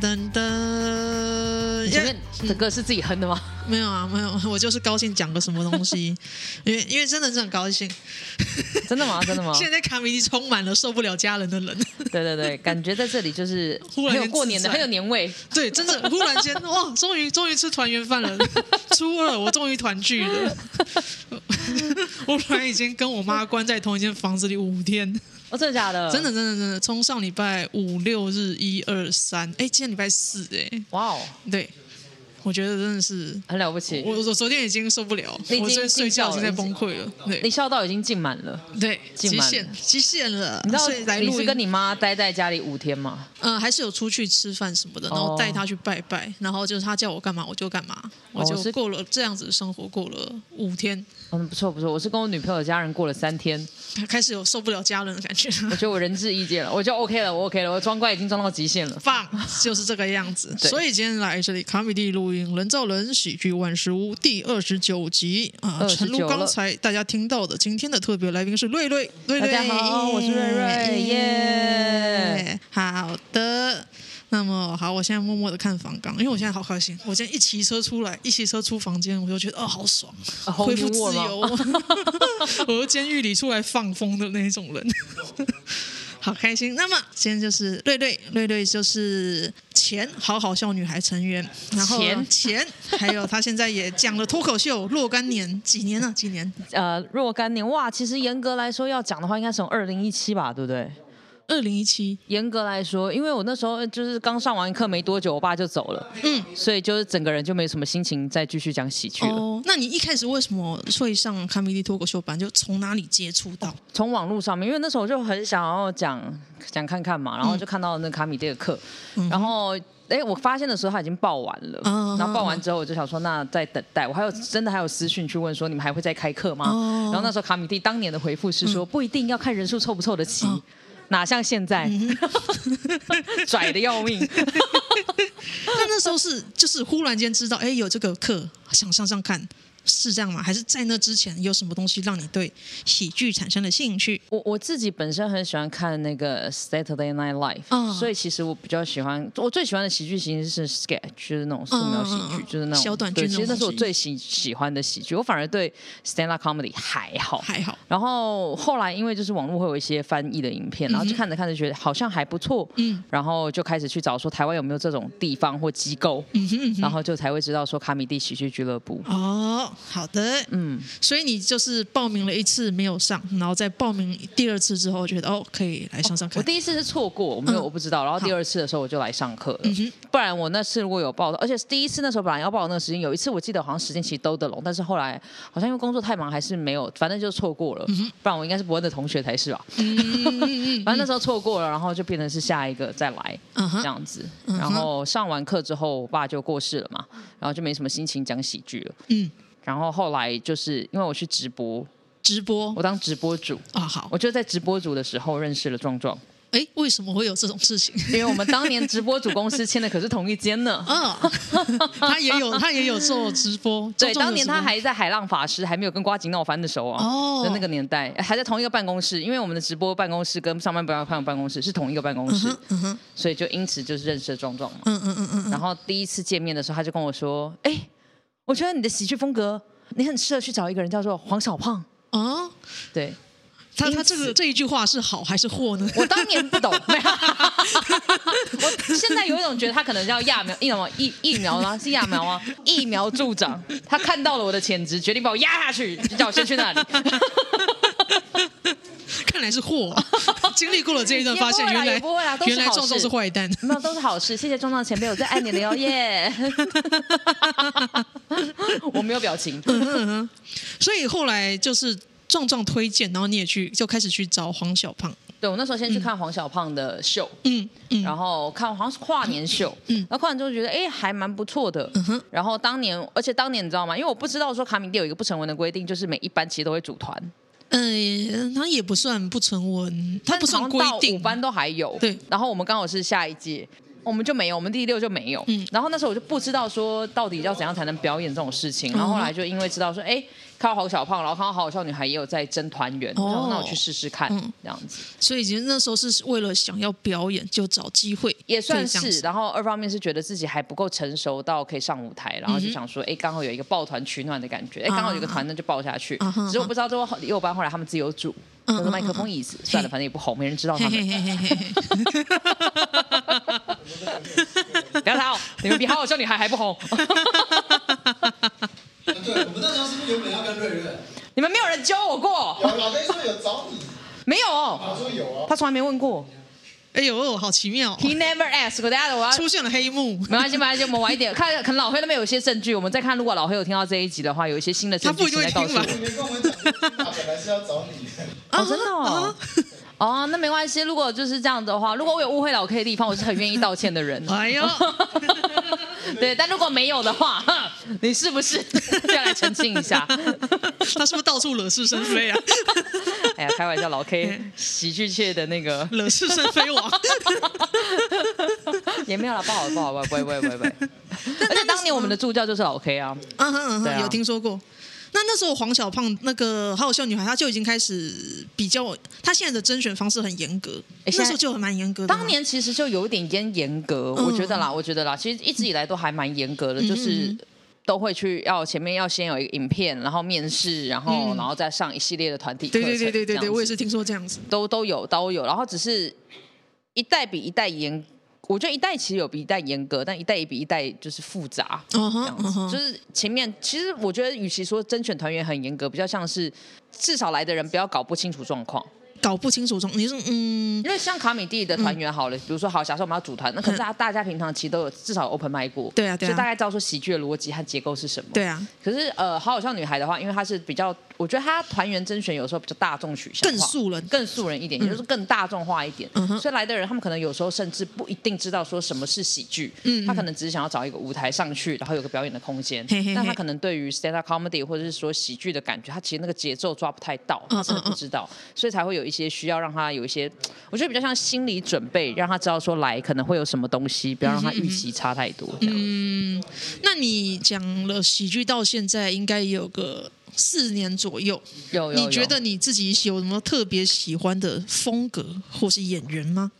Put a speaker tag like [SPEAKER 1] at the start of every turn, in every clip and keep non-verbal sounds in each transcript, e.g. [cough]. [SPEAKER 1] 噔噔，
[SPEAKER 2] 你
[SPEAKER 1] 因
[SPEAKER 2] 前
[SPEAKER 1] 为
[SPEAKER 2] 面的歌是自己哼的吗？
[SPEAKER 1] 没有啊，没有，我就是高兴讲个什么东西，因为因为真的是很高兴。
[SPEAKER 2] [laughs] 真的吗？真的吗？
[SPEAKER 1] 现在卡米蒂充满了受不了家人的人，
[SPEAKER 2] [laughs] 对对对，感觉在这里就是
[SPEAKER 1] [laughs] 忽然
[SPEAKER 2] 很
[SPEAKER 1] 间
[SPEAKER 2] 有过年
[SPEAKER 1] 自
[SPEAKER 2] 的，
[SPEAKER 1] 在
[SPEAKER 2] 很有年味。
[SPEAKER 1] 对，真的忽然间哇，终于终于吃团圆
[SPEAKER 2] [laughs]
[SPEAKER 1] 饭了，初二我终于团聚了。我本来已经跟我妈关在同一间房子里五天，
[SPEAKER 2] 哦，真的假的？
[SPEAKER 1] 真的真的真的，从上礼拜五六日一二三，哎，今天礼拜四哎，
[SPEAKER 2] 哇哦，
[SPEAKER 1] 对，我觉得真的是。
[SPEAKER 2] 很了不起！
[SPEAKER 1] 我我昨天已经受不了，
[SPEAKER 2] 你已经
[SPEAKER 1] 我昨天睡觉已经在
[SPEAKER 2] 惊
[SPEAKER 1] 崩
[SPEAKER 2] 醒
[SPEAKER 1] 溃了，对
[SPEAKER 2] 你，笑到已经进满了。
[SPEAKER 1] 对，
[SPEAKER 2] 进
[SPEAKER 1] 极
[SPEAKER 2] 满
[SPEAKER 1] 限极限了，
[SPEAKER 2] 你知
[SPEAKER 1] 所以
[SPEAKER 2] 道
[SPEAKER 1] 来
[SPEAKER 2] 你
[SPEAKER 1] 录
[SPEAKER 2] 是
[SPEAKER 1] 音
[SPEAKER 2] 跟你妈待在家里五天吗？
[SPEAKER 1] 嗯、还是有出去吃饭什么的，然后
[SPEAKER 2] 哦
[SPEAKER 1] 带他去拜拜，然后就是他叫我干嘛我就干嘛，
[SPEAKER 2] 哦
[SPEAKER 1] 我就是过了这样子的生活过了五天，
[SPEAKER 2] 嗯，不错不错，我是跟我女朋友家人过了三天，
[SPEAKER 1] 开始有受不了家人的感觉
[SPEAKER 2] 我
[SPEAKER 1] 了。
[SPEAKER 2] 觉得我人质意见了，我就 OK 了，我 OK 了，我装乖已经装到极限了。
[SPEAKER 1] 棒，就是这个样子。
[SPEAKER 2] 对
[SPEAKER 1] 所以今天来这里卡米蒂录音《人造人喜剧万事屋》第二十九集啊，
[SPEAKER 2] 29
[SPEAKER 1] 陈露
[SPEAKER 2] 了
[SPEAKER 1] 刚才大家听到的，今天的特别来宾是瑞瑞，瑞瑞，
[SPEAKER 2] 大家好我是瑞瑞耶
[SPEAKER 1] 好的。那么好，我现在默默的看房刚，因为我现在好开心。我今天一骑车出来，一骑车出房间，我就觉得哦，好爽，
[SPEAKER 2] 啊
[SPEAKER 1] 恢复
[SPEAKER 2] whole
[SPEAKER 1] 自
[SPEAKER 2] new world
[SPEAKER 1] 由。 [laughs] 我由监狱里出来放风的那一种人， [laughs] 好开心。那么今天就是瑞瑞，瑞瑞就是前好好笑女孩成员，然后
[SPEAKER 2] 前
[SPEAKER 1] 前还有她现在也讲了脱口秀若干年，几年啊了？几年？
[SPEAKER 2] [laughs] 呃，若干年哇，其实严格来说要讲的话，应该是从二零一七吧，对不对？
[SPEAKER 1] 二零一七，
[SPEAKER 2] 严格来说，因为我那时候呃就是刚上完课没多久，我爸就走了，嗯，所以就是整个人就没什么心情再继续讲喜剧了。
[SPEAKER 1] 哦，那你一开始为什么会上卡米蒂脱口秀班？就从哪里接触到？
[SPEAKER 2] 从网络上面，因为那时候我就很想要讲讲看看嘛，然
[SPEAKER 1] 嗯
[SPEAKER 2] 后就看到那卡米蒂的课，然后哎，我发现的时候他已经报完了，
[SPEAKER 1] 嗯
[SPEAKER 2] 然后报完之后我就想说，那再等待。我还有真的还有私讯去问说，你们还会再开课吗？
[SPEAKER 1] 哦嗯
[SPEAKER 2] 然后那时候卡米蒂当年的回复是说，不一定要看人数凑不凑得齐。
[SPEAKER 1] 哦
[SPEAKER 2] 哪像现在，
[SPEAKER 1] 嗯
[SPEAKER 2] [laughs] 拽的要命，
[SPEAKER 1] [laughs] 那那时候是就是忽然间知道，哎，有这个课，想上上看。是这样吗？还是在那之前有什么东西让你对喜剧产生了兴趣？
[SPEAKER 2] 我我自己本身很喜欢看那个 Saturday Night Live，、
[SPEAKER 1] 嗯
[SPEAKER 2] 所以其实我比较喜欢，我最喜欢的喜剧形式是 sketch，就是那种素描喜剧，
[SPEAKER 1] 嗯嗯嗯
[SPEAKER 2] 就是那种
[SPEAKER 1] 小短剧
[SPEAKER 2] 对
[SPEAKER 1] 那
[SPEAKER 2] 其
[SPEAKER 1] 种
[SPEAKER 2] 实那是我
[SPEAKER 1] 东西
[SPEAKER 2] 最喜喜欢的喜剧，我反而对 stand up comedy 还好。
[SPEAKER 1] 还好，
[SPEAKER 2] 然后后来因为就是网络会有一些翻译的影片，然后就看着看着觉得好像还不错，
[SPEAKER 1] 嗯
[SPEAKER 2] 然后就开始去找说台湾有没有这种地方或机构，
[SPEAKER 1] 嗯哼嗯哼。
[SPEAKER 2] 然后就才会知道说卡米蒂喜剧俱乐部。
[SPEAKER 1] 哦，好的，
[SPEAKER 2] 嗯，
[SPEAKER 1] 所以你就是报名了一次没有上，然后再报名第二次之后，觉得哦可以来上上
[SPEAKER 2] 我
[SPEAKER 1] 看。
[SPEAKER 2] 第一次是错过，我没有、
[SPEAKER 1] 嗯
[SPEAKER 2] 我不知道，然后第二次的时候我就来上课了，不然我那次如果有报到，而且第一次那时候本来要报的那个时间，有一次我记得好像时间其实都得拢，但是后来好像因为工作太忙还是没有，反正就错过了，
[SPEAKER 1] 嗯
[SPEAKER 2] 不然我应该是伯恩的同学才是吧，反正那时候错过了，然后就变成是下一个再来。
[SPEAKER 1] 嗯
[SPEAKER 2] 这
[SPEAKER 1] 哼，
[SPEAKER 2] 样子，然后上完课之后，我爸就过世了嘛，然后就没什么心情讲喜剧了。
[SPEAKER 1] 嗯，
[SPEAKER 2] 然后后来就是因为我去直播，
[SPEAKER 1] 直播
[SPEAKER 2] 我当直播主，
[SPEAKER 1] 啊，好
[SPEAKER 2] 我，就在直播主的时候认识了壮壮。
[SPEAKER 1] 哎，为什么会有这种事情？。
[SPEAKER 2] [laughs] 因为我们当年直播主公司签的可是同一间呢
[SPEAKER 1] 啊， [laughs] 他也有他也有做直 [laughs] 播，
[SPEAKER 2] 对，
[SPEAKER 1] 做
[SPEAKER 2] 当年他
[SPEAKER 1] 直播
[SPEAKER 2] 还在海浪法师，还没有跟瓜吉闹翻的时候啊，
[SPEAKER 1] 哦
[SPEAKER 2] 的那个年代，还在同一个办公室，因为我们的直播办公室跟上班不要看办公室是同一个办公室，
[SPEAKER 1] 嗯哼，
[SPEAKER 2] 所以就因此就是认识了壮壮嘛。
[SPEAKER 1] 嗯嗯嗯嗯嗯，
[SPEAKER 2] 然后第一次见面的时候，他就跟我说：“哎、我觉得你的喜剧风格，你很适合去找一个人叫做黄小胖。
[SPEAKER 1] 哦，”
[SPEAKER 2] 对，
[SPEAKER 1] 他
[SPEAKER 2] 因
[SPEAKER 1] 他这个
[SPEAKER 2] 此
[SPEAKER 1] 这一句话是好还是祸呢？
[SPEAKER 2] 我当年不懂， [laughs] 没有我现在有一种觉得他可能叫揠苗疫苗疫疫苗吗？是揠苗吗？疫苗助长，他看到了我的潜质，决定把我压下去，就叫我先去那里。
[SPEAKER 1] [laughs] 看来是
[SPEAKER 2] [laughs]
[SPEAKER 1] 祸啊，经历过了这一段，
[SPEAKER 2] 也不
[SPEAKER 1] 发
[SPEAKER 2] 会
[SPEAKER 1] 现
[SPEAKER 2] 啦
[SPEAKER 1] 原来
[SPEAKER 2] 也不会啦都是
[SPEAKER 1] 原来
[SPEAKER 2] 好
[SPEAKER 1] 壮壮
[SPEAKER 2] 事
[SPEAKER 1] 是坏蛋。
[SPEAKER 2] [laughs] 没有，都是好事。谢谢壮壮前辈，我最爱你了哟，耶！ [laughs] 我没有表情，
[SPEAKER 1] 所以后来就是壮壮推荐，然后你也去就开始去找黄小胖。
[SPEAKER 2] 对我那时候先去看黄小胖的秀，
[SPEAKER 1] 嗯嗯，
[SPEAKER 2] 然后看好像是跨年秀，嗯，那跨年之后觉得哎还蛮不错的，然后当年而且当年你知道吗？因为我不知道说卡米蒂有一个不成文的规定，就是每一班其实都会组团，
[SPEAKER 1] 嗯，他也不算不成文，他不算规
[SPEAKER 2] 但好像到
[SPEAKER 1] 定
[SPEAKER 2] 五。班都还有。
[SPEAKER 1] 对
[SPEAKER 2] 然后我们刚好是下一届，嗯我们就没有，我们第六就没有。然后那时候我就不知道说到底要怎样才能表演这种事情，然后后来就因为知道说，哎，看到好小胖，然后看到好好笑女孩也有在争团员，
[SPEAKER 1] 哦
[SPEAKER 2] 我想说那我去试试看
[SPEAKER 1] 嗯，
[SPEAKER 2] 这样子
[SPEAKER 1] 所以其实那时候是为了想要表演，就找机会，
[SPEAKER 2] 也算
[SPEAKER 1] 可以这样
[SPEAKER 2] 是。
[SPEAKER 1] 子
[SPEAKER 2] 然后二方面是觉得自己还不够成熟到可以上舞台，然后就想说，哎，刚好有一个抱团取暖的感觉，哎，刚好有一个团那就抱下去
[SPEAKER 1] 啊哈。
[SPEAKER 2] 只是我不知道最后右班后来他们自己有组，
[SPEAKER 1] 嗯
[SPEAKER 2] 就是麦
[SPEAKER 1] 嗯
[SPEAKER 2] 克
[SPEAKER 1] 嗯
[SPEAKER 2] 风椅子，算了，反正也不红，没人知道
[SPEAKER 1] 嘿
[SPEAKER 2] 他们
[SPEAKER 1] 嘿。嘿嘿嘿嘿，
[SPEAKER 2] [laughs] 不要吵，你们比好好笑女孩还不红， [laughs]
[SPEAKER 3] 对，我们那时候是不是原本要跟瑞瑞？
[SPEAKER 2] 你们没有人揪我过，
[SPEAKER 3] 有老飞说有找你，
[SPEAKER 2] 没有，
[SPEAKER 3] 我说有啊。
[SPEAKER 2] 他从来没问过
[SPEAKER 1] 哎呦，好奇妙、哦，
[SPEAKER 2] ，He never asked。等下我要。
[SPEAKER 1] 出现了黑幕。
[SPEAKER 2] 没关系，没关系，我们晚一点看，可能老黑那边有一些证据，我们再看。如果老黑有听到这一集的话，有一些新的证
[SPEAKER 1] 他不
[SPEAKER 2] 据，
[SPEAKER 1] 一定会
[SPEAKER 2] 请再
[SPEAKER 1] 听吧
[SPEAKER 2] 告诉我。
[SPEAKER 3] 你没跟我们讲，他本来是要找你的。
[SPEAKER 2] 哦，真的
[SPEAKER 1] 啊
[SPEAKER 2] 哦，哦，那没关系。如果就是这样的话，如果我有误会老 K 的地方，我是很愿意道歉
[SPEAKER 1] [laughs]
[SPEAKER 2] 的人。
[SPEAKER 1] 哎呦，
[SPEAKER 2] 对，但如果没有的话，哼你是不是 [laughs] 要来澄清一下？
[SPEAKER 1] [laughs] 他是不是到处惹是生非啊？
[SPEAKER 2] 哎呀，开玩笑，老
[SPEAKER 1] [laughs]
[SPEAKER 2] K 喜剧界的那个
[SPEAKER 1] 惹是生非王。
[SPEAKER 2] 也没有啦，不好，不好，不好，不会，不会，不
[SPEAKER 1] [laughs]
[SPEAKER 2] 会不会。而且当年我们的助教就是老 K 啊，
[SPEAKER 1] 嗯哼嗯
[SPEAKER 2] 对
[SPEAKER 1] 哼，
[SPEAKER 2] 啊
[SPEAKER 1] 有听说过。那那时候黄小胖那个好好笑女孩，她就已经开始比较，她现在的甄选方式很严格，
[SPEAKER 2] 哎现在
[SPEAKER 1] 那时候就很蛮严格的嘛。
[SPEAKER 2] 当年其实就有一点严严格，
[SPEAKER 1] 嗯
[SPEAKER 2] 我觉得啦，我觉得啦，其实一直以来都还蛮严格的，
[SPEAKER 1] 嗯
[SPEAKER 2] 就是。都会去要前面要先有一个影片，然后面试，然后、然后再上一系列的团体课
[SPEAKER 1] 对
[SPEAKER 2] 程。
[SPEAKER 1] 嗯对对对对
[SPEAKER 2] 这样
[SPEAKER 1] 对，
[SPEAKER 2] 子
[SPEAKER 1] 我也是听说这样子。
[SPEAKER 2] 都都有都有，然后只是一代比一代严，我觉得一代其实有比一代严格，但一代也比一代就是复杂。
[SPEAKER 1] 嗯
[SPEAKER 2] 这
[SPEAKER 1] 哼
[SPEAKER 2] 样
[SPEAKER 1] 嗯
[SPEAKER 2] 子，就
[SPEAKER 1] 哼，
[SPEAKER 2] 是前面其实我觉得，与其说甄选团员很严格，比较像是至少来的人不要搞不清楚状况。
[SPEAKER 1] 搞不清楚中，你说嗯
[SPEAKER 2] 因为像卡米蒂的团员好了，比如说好，假设我们要组团，那可是大家大家平常其实都有至少有 open 麦过，
[SPEAKER 1] 对啊对啊
[SPEAKER 2] 所以大概知道说喜剧的逻辑和结构是什么。
[SPEAKER 1] 对啊，
[SPEAKER 2] 可是呃，好好笑女孩的话，因为她是比较，我觉得她团员甄选有时候比较大众取向化，
[SPEAKER 1] 更素人嗯
[SPEAKER 2] 更素人一点，也就是更大众化一点。
[SPEAKER 1] 嗯哼
[SPEAKER 2] 所以来的人，他们可能有时候甚至不一定知道说什么是喜剧，
[SPEAKER 1] 嗯嗯
[SPEAKER 2] 他可能只是想要找一个舞台上去，然后有个表演的空间。
[SPEAKER 1] 嘿嘿嘿
[SPEAKER 2] 但他可能对于 stand up comedy 或者是说喜剧的感觉，他其实那个节奏抓不太到，
[SPEAKER 1] 嗯
[SPEAKER 2] 他真的不知道，所以才会有一些需要让他有一些，我觉得比较像心理准备，让他知道说来可能会有什么东西，不要让他预期差太多。这样
[SPEAKER 1] 嗯，那你讲了喜剧到现在应该也有个四年左右，
[SPEAKER 2] 有有有，
[SPEAKER 1] 你觉得你自己有什么特别喜欢的风格或是演员吗？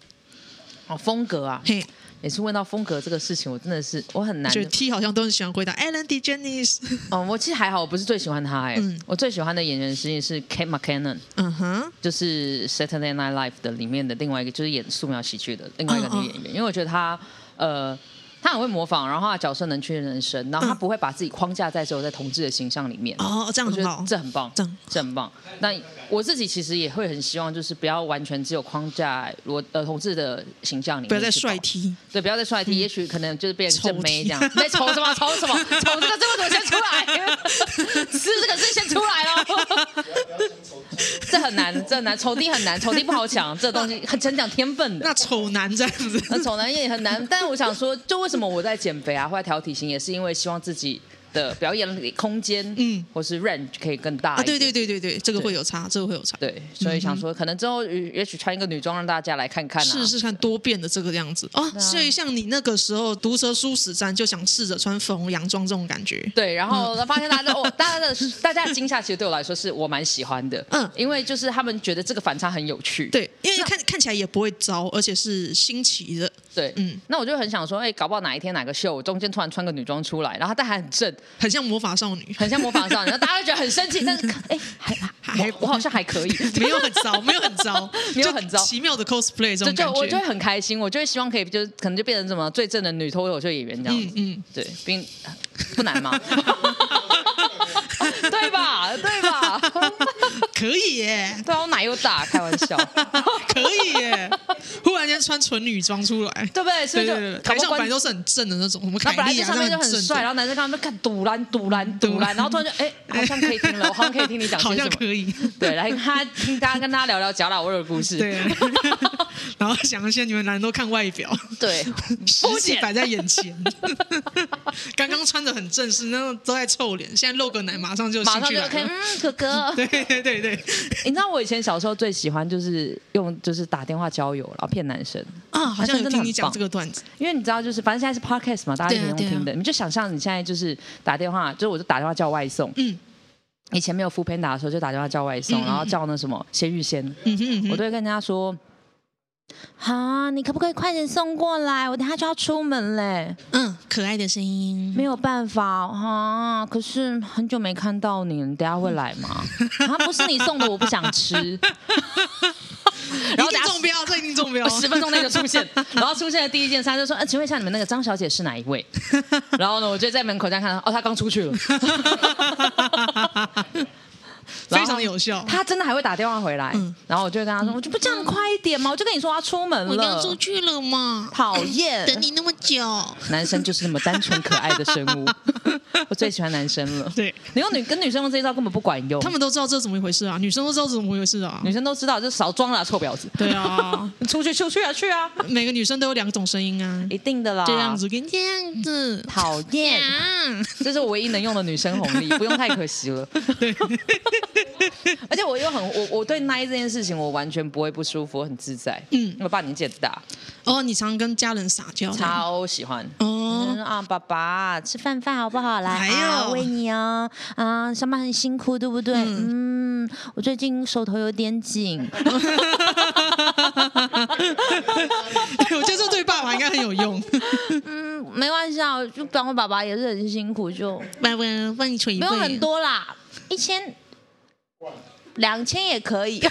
[SPEAKER 2] 哦风格啊？
[SPEAKER 1] 嘿，
[SPEAKER 2] 每次问到风格这个事情，我真的是我很难
[SPEAKER 1] 觉。得 T 好像都很喜欢回答 Alan DeGeneres。
[SPEAKER 2] 嗯，我其实还好，我不是最喜欢他哎、
[SPEAKER 1] 嗯
[SPEAKER 2] 我最喜欢的演员实际是 Kate McKinnon，
[SPEAKER 1] 嗯哼，
[SPEAKER 2] 就是 Saturday Night Live 的里面的另外一个，就是演素描喜剧的另外一个女演员。
[SPEAKER 1] 嗯
[SPEAKER 2] 因为我觉得她呃，她很会模仿，然后她的角色能屈能伸，然后她
[SPEAKER 1] 嗯
[SPEAKER 2] 不会把自己框架在只有在同志的形象里面。
[SPEAKER 1] 哦，这样
[SPEAKER 2] 我觉
[SPEAKER 1] 很
[SPEAKER 2] 得
[SPEAKER 1] 好，
[SPEAKER 2] 这很棒，
[SPEAKER 1] 这样
[SPEAKER 2] 这很棒。那我自己其实也会很希望，就是不要完全只有框架罗呃同志的形象里面去搞，
[SPEAKER 1] 不要再帅 T。
[SPEAKER 2] 对，不要再出来
[SPEAKER 1] 嗯
[SPEAKER 2] 踢，也许可能就是变成正妹这样
[SPEAKER 1] 丑 [laughs] 踢。
[SPEAKER 2] 没丑什么？丑什么？丑这个字为什么先出来？ [laughs] 吃这个字先出来咯。 [laughs] 这很难，这很难，丑弟很难，丑弟不好抢，这
[SPEAKER 1] [laughs]
[SPEAKER 2] 东西很很讲天分的。
[SPEAKER 1] 那丑男这样
[SPEAKER 2] [laughs]
[SPEAKER 1] 子，
[SPEAKER 2] 那丑男也很难，但我想说，就为什么我在减肥啊，或者调体型，也是因为希望自己的表演空间，
[SPEAKER 1] 嗯
[SPEAKER 2] 嗯，或是 range 可以更大
[SPEAKER 1] 啊，
[SPEAKER 2] 一点。
[SPEAKER 1] 对对嗯对对对，这个会有差，这个会有差。
[SPEAKER 2] 对，所以想说，可能之后也也许穿一个女装让大家来看看啊。
[SPEAKER 1] 试试看多变的这个样子哦，
[SPEAKER 2] 啊
[SPEAKER 1] 所以像你那个时候毒蛇殊死战就想试着穿粉红洋装这种感觉，
[SPEAKER 2] 对，然后发现大家都，哦，大家的大家的惊吓，其实对我来说是我蛮喜欢的，
[SPEAKER 1] 嗯
[SPEAKER 2] 嗯，因为就是他们觉得这个反差很有趣，
[SPEAKER 1] 对，因为看看起来也不会糟，而且是新奇的，
[SPEAKER 2] 对，
[SPEAKER 1] 嗯
[SPEAKER 2] 嗯，那我就很想说，哎，搞不好哪一天哪个秀，我中间突然穿个女装出来，然后但还很正，
[SPEAKER 1] 很像魔法少女，
[SPEAKER 2] 很像模仿上，然后大家会觉得很生气，但是哎，还还我好像还可以，
[SPEAKER 1] [laughs] 没有很
[SPEAKER 2] [laughs]
[SPEAKER 1] 糟，没有很糟，
[SPEAKER 2] 没有很糟
[SPEAKER 1] 就奇妙的 cosplay 这
[SPEAKER 2] 就
[SPEAKER 1] 种
[SPEAKER 2] 就
[SPEAKER 1] 感
[SPEAKER 2] 我就会
[SPEAKER 1] 觉，
[SPEAKER 2] 很开心，我就会希望可以就是可能就变成什么最正的女脱口秀演员这样子
[SPEAKER 1] 嗯，嗯，
[SPEAKER 2] 对，并不难嘛，对吧？对吧？
[SPEAKER 1] [laughs] 可以
[SPEAKER 2] [laughs]
[SPEAKER 1] 耶，
[SPEAKER 2] 对啊，我奶又大，开玩笑。
[SPEAKER 1] 可以耶，忽然间穿纯女装出来，
[SPEAKER 2] 对不对？所
[SPEAKER 1] 对
[SPEAKER 2] 以
[SPEAKER 1] 对
[SPEAKER 2] 就
[SPEAKER 1] 对，
[SPEAKER 2] 搞
[SPEAKER 1] 台
[SPEAKER 2] 不
[SPEAKER 1] 上本
[SPEAKER 2] 好
[SPEAKER 1] 来
[SPEAKER 2] 观
[SPEAKER 1] 都是很正的那种，我们
[SPEAKER 2] 他
[SPEAKER 1] 凯
[SPEAKER 2] 本来
[SPEAKER 1] 莉
[SPEAKER 2] 在
[SPEAKER 1] 啊，
[SPEAKER 2] 上面就很
[SPEAKER 1] 正
[SPEAKER 2] 帅，然
[SPEAKER 1] 的，
[SPEAKER 2] 后男生看他们看堵拦堵拦堵拦，然后突然就哎，好像可以听
[SPEAKER 1] [laughs]
[SPEAKER 2] 了，我好像可以听你讲
[SPEAKER 1] 好
[SPEAKER 2] 些
[SPEAKER 1] 像
[SPEAKER 2] 什么。
[SPEAKER 1] 可以，
[SPEAKER 2] 对，来他听大家跟他聊聊贾老二的故事。
[SPEAKER 1] 对， [laughs] 然后想一些你们男人都看外表， [laughs]
[SPEAKER 2] 对，
[SPEAKER 1] 实际摆在眼前。 [laughs] 刚刚穿的很正式，那种都在臭脸，现在露个奶马上就
[SPEAKER 2] 马
[SPEAKER 1] 兴
[SPEAKER 2] 上
[SPEAKER 1] 趣
[SPEAKER 2] 就
[SPEAKER 1] 来
[SPEAKER 2] 可以，
[SPEAKER 1] 了。
[SPEAKER 2] 嗯，哥哥，
[SPEAKER 1] [laughs] 对对对对，
[SPEAKER 2] 你知道我以前小时候最喜欢就是用就是打电话交友，然后骗男生。
[SPEAKER 1] 啊，好像有听你讲这个段子，
[SPEAKER 2] 因为你知道，就是反正现在是 podcast 嘛，大家一定用
[SPEAKER 1] 对啊
[SPEAKER 2] 听
[SPEAKER 1] 对
[SPEAKER 2] 的。你就想象你现在就是打电话，就是我就打电话叫外送。
[SPEAKER 1] 嗯
[SPEAKER 2] 以前没有 f o o Panda 的时候，就打电话叫外送，
[SPEAKER 1] 嗯嗯
[SPEAKER 2] 然后叫那什么鲜芋仙，
[SPEAKER 1] 嗯哼嗯
[SPEAKER 2] 我
[SPEAKER 1] 哼，
[SPEAKER 2] 都会跟人家说。啊，你可不可以快点送过来？我等下就要出门嘞，
[SPEAKER 1] 嗯，可爱的声音，
[SPEAKER 2] 没有办法啊。可是很久没看到你，你等下会来吗？啊，不是你送的，我不想吃。然后
[SPEAKER 1] 一定
[SPEAKER 2] 等下
[SPEAKER 1] 中标，这一定中标，
[SPEAKER 2] [laughs]
[SPEAKER 1] [laughs]
[SPEAKER 2] 十分钟内就出现，然后出现的第一件事，他就说：“呃，请问一下，你们那个张小姐是哪一位？”然后呢，我就在门口这样看，哦，她刚出去了， [laughs]
[SPEAKER 1] 非常有效。
[SPEAKER 2] 她真的还会打电话回来，
[SPEAKER 1] 嗯
[SPEAKER 2] 然后我就跟她说：“我就不这样快一点嘛，我就跟你说我要出门
[SPEAKER 1] 我刚
[SPEAKER 2] 了，
[SPEAKER 1] 出去了嘛，
[SPEAKER 2] 讨厌。”
[SPEAKER 1] 等你那么久，
[SPEAKER 2] 男生就是那么单纯可爱的生
[SPEAKER 1] [laughs]
[SPEAKER 2] 物，我最喜欢男生了。
[SPEAKER 1] 对
[SPEAKER 2] 你用女跟女生用这一招根本不管用，
[SPEAKER 1] 他们都知道这怎么一回事啊，女生都知道这怎么一回事啊
[SPEAKER 2] 女，生都知道，就少装啦，臭婊子。
[SPEAKER 1] 对啊，
[SPEAKER 2] 出去就去啊去啊，
[SPEAKER 1] 每个女生都有两种声音
[SPEAKER 2] [laughs]
[SPEAKER 1] 啊，
[SPEAKER 2] 一定的啦。
[SPEAKER 1] 这样子跟这样子，
[SPEAKER 2] 讨厌，
[SPEAKER 1] 啊，
[SPEAKER 2] 这是我唯一能用的女生
[SPEAKER 1] [laughs]
[SPEAKER 2] 红利，不用太可惜了。
[SPEAKER 1] 对，
[SPEAKER 2] 而且我又很我我对奶这件事情，我完全不会不舒服，很自在。
[SPEAKER 1] 嗯
[SPEAKER 2] 嗯，我爸年纪很大，
[SPEAKER 1] 哦，你常跟家人撒娇，
[SPEAKER 2] 超喜欢。
[SPEAKER 1] 哦， [laughs]
[SPEAKER 2] 嗯啊，爸爸吃饭饭好不好啦？
[SPEAKER 1] 哎呦
[SPEAKER 2] 啊，喂你哦。啊，上班很辛苦，对不对？嗯，我最近手头有点 [laughs] 紧。
[SPEAKER 1] 对我觉得这对爸爸应该很有
[SPEAKER 2] [laughs]
[SPEAKER 1] 用。
[SPEAKER 2] 嗯，没关系啊，就管我爸爸也是很辛苦，就
[SPEAKER 1] 爸爸帮你捶
[SPEAKER 2] 不用很，多啦，一千、两千也可以，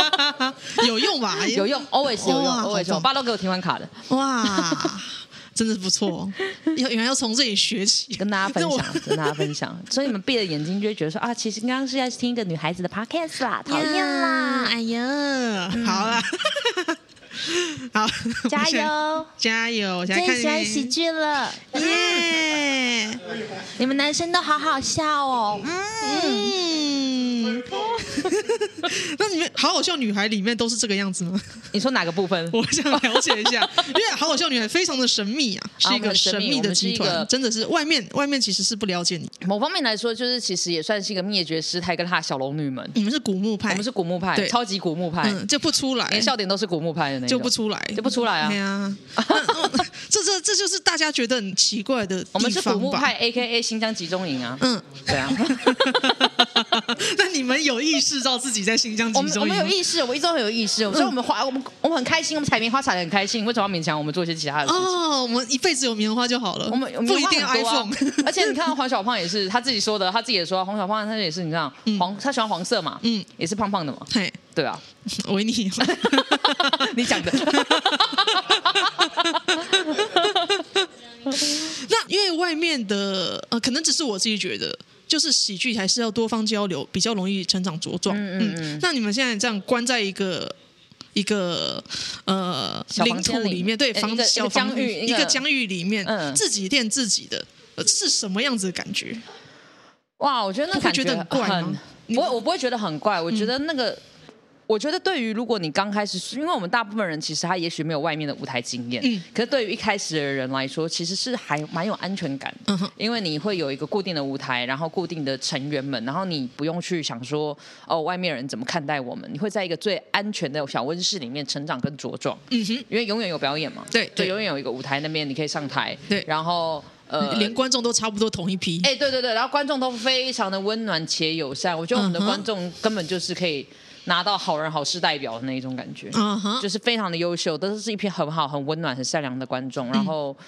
[SPEAKER 1] [laughs] 有用吧？
[SPEAKER 2] [laughs] 有用，always 有用
[SPEAKER 1] 哇好
[SPEAKER 2] ，always 有。
[SPEAKER 1] 棒
[SPEAKER 2] 我爸都给我提款卡的。
[SPEAKER 1] 哇，真的不错，要原来要从这里学起。
[SPEAKER 2] 跟大家分
[SPEAKER 1] 那我 [laughs]
[SPEAKER 2] [laughs] 享，跟大家分享。所以你们闭着眼睛就会觉得说啊，其实刚刚是在听一个女孩子的 podcast 啦，讨厌啦，
[SPEAKER 1] 哎呀，好
[SPEAKER 2] [laughs]
[SPEAKER 1] 啦，好，
[SPEAKER 2] 嗯加
[SPEAKER 1] 我现在，
[SPEAKER 2] 油！
[SPEAKER 1] [laughs] 加油！我现在看
[SPEAKER 2] 最喜欢喜
[SPEAKER 1] 你，
[SPEAKER 2] 剧了，
[SPEAKER 1] 耶，
[SPEAKER 2] 你们男生都好好笑哦。嗯，
[SPEAKER 1] 嗯， [laughs] 那你们好好笑女孩里面都是这个样子吗？
[SPEAKER 2] 你说哪个部分？
[SPEAKER 1] [laughs] 我想了解一下， [laughs] 因为好好笑女孩非常的神秘啊，是一
[SPEAKER 2] 我
[SPEAKER 1] 个
[SPEAKER 2] 们神秘
[SPEAKER 1] 神秘
[SPEAKER 2] 我
[SPEAKER 1] 的
[SPEAKER 2] 们是
[SPEAKER 1] 集
[SPEAKER 2] 一个
[SPEAKER 1] 团，真的是外面外面其实是不了解你，
[SPEAKER 2] 某方面来说，就是其实也算是一个灭绝师太跟他的小龙女们，
[SPEAKER 1] 你们是古墓
[SPEAKER 2] 我
[SPEAKER 1] 派，
[SPEAKER 2] 们是古墓派，
[SPEAKER 1] 对
[SPEAKER 2] 超级古墓派，
[SPEAKER 1] 嗯，就不出来
[SPEAKER 2] 连，笑点都是古墓派的那种
[SPEAKER 1] 就不出来，
[SPEAKER 2] 就不出来啊
[SPEAKER 1] 对啊， [laughs] 那那这这这就是大家觉得很奇怪的
[SPEAKER 2] 我们
[SPEAKER 1] 地
[SPEAKER 2] 是古
[SPEAKER 1] 方
[SPEAKER 2] 墓
[SPEAKER 1] 吧？
[SPEAKER 2] 派 A K A 新疆集中营啊，
[SPEAKER 1] 嗯，
[SPEAKER 2] [laughs]
[SPEAKER 1] [laughs]
[SPEAKER 2] 对啊。
[SPEAKER 1] 那你们有意识到自己在新疆集
[SPEAKER 2] 我们我
[SPEAKER 1] 中
[SPEAKER 2] 们有
[SPEAKER 1] 营？
[SPEAKER 2] 意识，我一直都很有意识，所以我们花我们我们很开心，我们采棉花采的很开心，为什么要勉强我们做一些其他的事情？
[SPEAKER 1] 哦，我们一辈子有棉花就好了，
[SPEAKER 2] 我们我们
[SPEAKER 1] 不一定
[SPEAKER 2] 棉花很
[SPEAKER 1] iPhone，
[SPEAKER 2] 多啊 [laughs] 而且你看到黄小胖也是他自己说的，他自己也说黄小胖他也是你知道黄他喜欢黄色嘛，
[SPEAKER 1] 嗯
[SPEAKER 2] 嗯，也是胖胖的嘛，
[SPEAKER 1] [laughs] 嘿，
[SPEAKER 2] 对啊，
[SPEAKER 1] 维
[SPEAKER 2] [laughs]
[SPEAKER 1] 尼， [laughs]
[SPEAKER 2] 你讲的，
[SPEAKER 1] 那因为外面的呃，可能只是我自己觉得，就是喜剧还是要多方交流，比较容易成长茁壮。
[SPEAKER 2] 嗯嗯嗯
[SPEAKER 1] 那你们现在这样关在一个。一个呃
[SPEAKER 2] 小
[SPEAKER 1] 领
[SPEAKER 2] 房间
[SPEAKER 1] 土
[SPEAKER 2] 里
[SPEAKER 1] 里面，对
[SPEAKER 2] 呃
[SPEAKER 1] 房
[SPEAKER 2] 一个
[SPEAKER 1] 小
[SPEAKER 2] 一个疆
[SPEAKER 1] 房
[SPEAKER 2] 域
[SPEAKER 1] 一
[SPEAKER 2] 一个
[SPEAKER 1] 个疆域里面，
[SPEAKER 2] 嗯
[SPEAKER 1] 自己练自己的，呃是什么样子的感觉？
[SPEAKER 2] [laughs] 哇，我觉得那感
[SPEAKER 1] 不会觉得很怪吗嗯
[SPEAKER 2] 很
[SPEAKER 1] 你
[SPEAKER 2] 不会，我不会觉得很怪，我觉得那个。我觉得对于如果你刚开始，因为我们大部分人其实他也许没有外面的舞台经验，
[SPEAKER 1] 嗯
[SPEAKER 2] 可是对于一开始的人来说，其实是还蛮有安全感的，
[SPEAKER 1] 嗯哼
[SPEAKER 2] 因为你会有一个固定的舞台，然后固定的成员们，然后你不用去想说哦外面人怎么看待我们，你会在一个最安全的小温室里面成长跟茁壮，
[SPEAKER 1] 嗯哼，
[SPEAKER 2] 因为永远有表演嘛，
[SPEAKER 1] 对
[SPEAKER 2] 就
[SPEAKER 1] 对
[SPEAKER 2] 永远有一个舞台那边你可以上台，
[SPEAKER 1] 对
[SPEAKER 2] 然后呃
[SPEAKER 1] 连观众都差不多同一批。
[SPEAKER 2] 哎、对对对，然后观众都非常的温暖且友善，我觉得我们的
[SPEAKER 1] 嗯哼
[SPEAKER 2] 观众根本就是可以拿到好人好事代表的那一种感觉，
[SPEAKER 1] 啊哈
[SPEAKER 2] 就是非常的优秀，都是一批很好、很温暖、很善良的观众，然后。
[SPEAKER 1] 嗯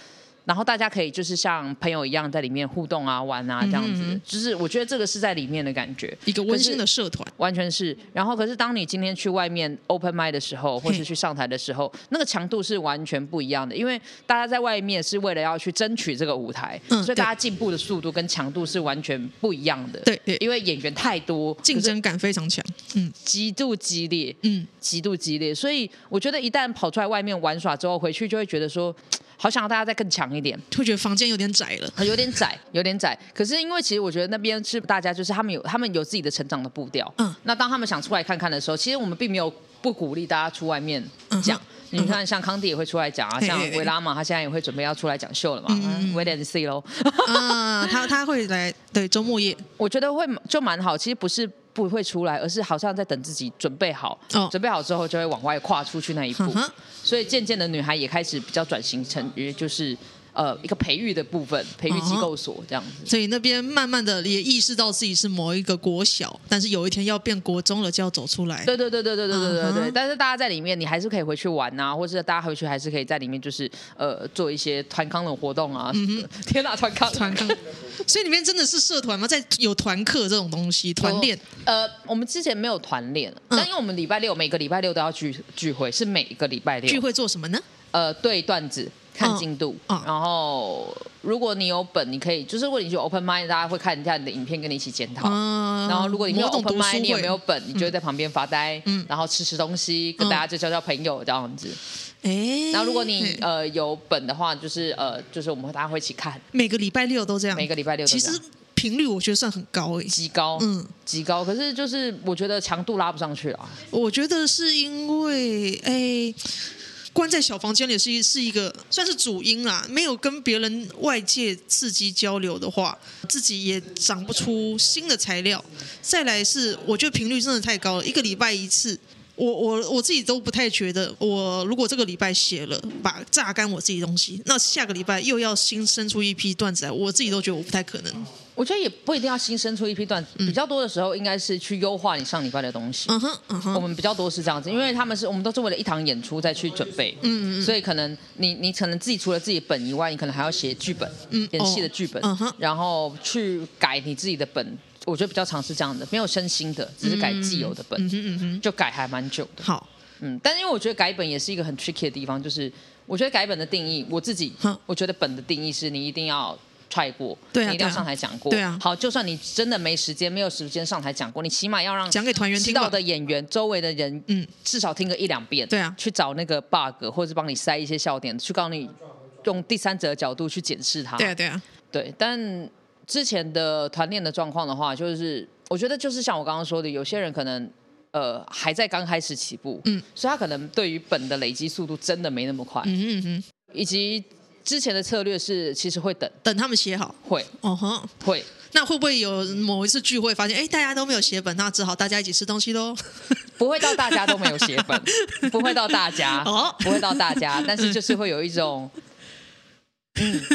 [SPEAKER 2] 然后大家可以就是像朋友一样在里面互动啊、玩啊这样
[SPEAKER 1] 嗯
[SPEAKER 2] 子，就是我觉得这个是在里面的感觉，
[SPEAKER 1] 一个温馨
[SPEAKER 2] 可
[SPEAKER 1] 的
[SPEAKER 2] 是
[SPEAKER 1] 社团，
[SPEAKER 2] 完全是。然后可是当你今天去外面 open m i 的时候，或
[SPEAKER 1] 嘿
[SPEAKER 2] 是去上台的时候，那个强度是完全不一样的，因为大家在外面是为了要去争取这个舞台，
[SPEAKER 1] 嗯
[SPEAKER 2] 所
[SPEAKER 1] 对
[SPEAKER 2] 以大家进步的速度跟强度是完全不一样的。
[SPEAKER 1] 对对
[SPEAKER 2] 因为演员太多，
[SPEAKER 1] 竞
[SPEAKER 2] 可是
[SPEAKER 1] 争感非常强。嗯
[SPEAKER 2] 极度激烈，
[SPEAKER 1] 嗯，
[SPEAKER 2] 极度激烈。所以我觉得一旦跑出来外面玩耍之后，回去就会觉得说，好想要大家再更强一点。
[SPEAKER 1] 会觉得房间有点窄
[SPEAKER 2] [laughs]
[SPEAKER 1] 了。
[SPEAKER 2] 有点窄，有点窄。可是因为其实我觉得那边是大家就是他们有他们有自己的成长的步调，
[SPEAKER 1] 嗯
[SPEAKER 2] 那当他们想出来看看的时候，其实我们并没有不鼓励大家出外面
[SPEAKER 1] 嗯
[SPEAKER 2] 讲。你看，像康帝也会出来讲啊，
[SPEAKER 1] 嘿
[SPEAKER 2] 像
[SPEAKER 1] 嘿嘿嗯
[SPEAKER 2] 维拉嘛，他现在也会准备要出来讲秀了嘛，wait and see 喽。
[SPEAKER 1] 啊，他他会来，对，周末夜，
[SPEAKER 2] [laughs] 我觉得会就蛮好，其实不是不会出来，而是好像在等自己准备好，
[SPEAKER 1] 哦
[SPEAKER 2] 准备好之后就会往外跨出去那一步。
[SPEAKER 1] 嗯哼
[SPEAKER 2] 所以渐渐的，女孩也开始比较转型成于就是呃一个培育的部分，培育机
[SPEAKER 1] 嗯
[SPEAKER 2] 构所这样子。
[SPEAKER 1] 所以那边慢慢的也意识到自己是某一个国小，但是有一天要变国中了，就要走出来。
[SPEAKER 2] 对对对对对对对对
[SPEAKER 1] 嗯
[SPEAKER 2] 对
[SPEAKER 1] 哼
[SPEAKER 2] 但是大家在里面，你还是可以回去玩呐、或者是大家回去还是可以在里面，就是呃做一些团康的活动啊。 [laughs] 天哪，团康
[SPEAKER 1] 嗯团
[SPEAKER 2] [laughs]
[SPEAKER 1] 康， [laughs] 所以里面真的是社团吗？在有团课这种东西，团练。
[SPEAKER 2] 呃，我们之前没有团练，
[SPEAKER 1] 嗯
[SPEAKER 2] 但因为我们礼拜六每个礼拜六都要聚聚会，是每个礼拜六
[SPEAKER 1] 聚会做什么呢？
[SPEAKER 2] 呃对段子看进度，
[SPEAKER 1] 嗯嗯
[SPEAKER 2] 然后如果你有本，你可以就是如果你去 open mind，大家会看一下你的影片，跟你一起检讨。
[SPEAKER 1] 啊，
[SPEAKER 2] 哦然后如果你没有
[SPEAKER 1] 某种
[SPEAKER 2] open
[SPEAKER 1] 读书
[SPEAKER 2] mind，你有
[SPEAKER 1] 会
[SPEAKER 2] 没有？本，你就会在旁边发呆，
[SPEAKER 1] 嗯
[SPEAKER 2] 然后吃吃东西，跟
[SPEAKER 1] 嗯
[SPEAKER 2] 大家就交交朋友这样子。
[SPEAKER 1] 哎，
[SPEAKER 2] 然后如果你
[SPEAKER 1] 嘿
[SPEAKER 2] 呃有本的话，就是呃就是我们大家会一起看，
[SPEAKER 1] 每个礼拜六都这样，
[SPEAKER 2] 每个礼拜六都
[SPEAKER 1] 其
[SPEAKER 2] 这
[SPEAKER 1] 实
[SPEAKER 2] 样
[SPEAKER 1] 频率我觉得算很高诶。
[SPEAKER 2] 极高，
[SPEAKER 1] 嗯，
[SPEAKER 2] 极高。可是就是我觉得强度拉不上去啊。
[SPEAKER 1] 我觉得是因为哎。关在小房间里是一是一个算是主因啦，没有跟别人外界刺激交流的话，自己也长不出新的材料。再来是，我觉得频率真的太高了，一个礼拜一次，我我我自己都不太觉得，我如果这个礼拜写了，把榨干我自己东西，那下个礼拜又要新生出一批段子来，我自己都觉得我不太可能。
[SPEAKER 2] 我觉得也不一定要新生出一批段子，比较多的时候应该是去优化你上礼拜的东西。
[SPEAKER 1] 嗯哼，嗯
[SPEAKER 2] 我
[SPEAKER 1] 哼，
[SPEAKER 2] 们比较多是这样子，因为他们是我们都是为了一堂演出再去准备，嗯嗯，所以可能你你可能自己除了自己本以外，你可能还要写剧本，
[SPEAKER 1] 嗯
[SPEAKER 2] 演戏的
[SPEAKER 1] 哦
[SPEAKER 2] 剧本，
[SPEAKER 1] 嗯哼
[SPEAKER 2] 然后去改你自己的本。我觉得比较常是这样的，没有升新的，只是改既有的本，
[SPEAKER 1] 嗯哼嗯哼，
[SPEAKER 2] 就改还蛮久的。
[SPEAKER 1] 好，
[SPEAKER 2] 嗯，但因为我觉得改本也是一个很 tricky 的地方，就是我觉得改本的定义，我自己
[SPEAKER 1] 哼
[SPEAKER 2] 我觉得本的定义是你一定要 try 过，
[SPEAKER 1] 对啊
[SPEAKER 2] 你一定要
[SPEAKER 1] 对啊
[SPEAKER 2] 上台讲过，
[SPEAKER 1] 对啊
[SPEAKER 2] 好，就算你真的没时间，没有时间上台讲过，你起码要让
[SPEAKER 1] 讲给团员
[SPEAKER 2] 知
[SPEAKER 1] 听
[SPEAKER 2] 道
[SPEAKER 1] 吧
[SPEAKER 2] 的。演员周围的人，
[SPEAKER 1] 嗯
[SPEAKER 2] 嗯，至少听个一两遍，
[SPEAKER 1] 对啊
[SPEAKER 2] 去找那个 bug 或者是帮你塞一些笑点，去告你用第三者的角度去检视它，
[SPEAKER 1] 对啊，对啊，
[SPEAKER 2] 对，但之前的团练的状况的话，就是我觉得就是像我刚刚说的，有些人可能呃还在刚开始起步，
[SPEAKER 1] 嗯，
[SPEAKER 2] 所以他可能对于本的累积速度真的没那么快，
[SPEAKER 1] 嗯哼嗯哼，
[SPEAKER 2] 以及之前的策略是其实会等，
[SPEAKER 1] 等他们写好。
[SPEAKER 2] 会
[SPEAKER 1] 哦哼，
[SPEAKER 2] 会，
[SPEAKER 1] 那会不会有某一次聚会发现，哎，大家都没有写本，那只好大家一起吃东西喽？
[SPEAKER 2] 不会到大家都没有写本，不会到大家，
[SPEAKER 1] 哦
[SPEAKER 2] 不会到大家，但是就是会有一种。
[SPEAKER 1] [laughs]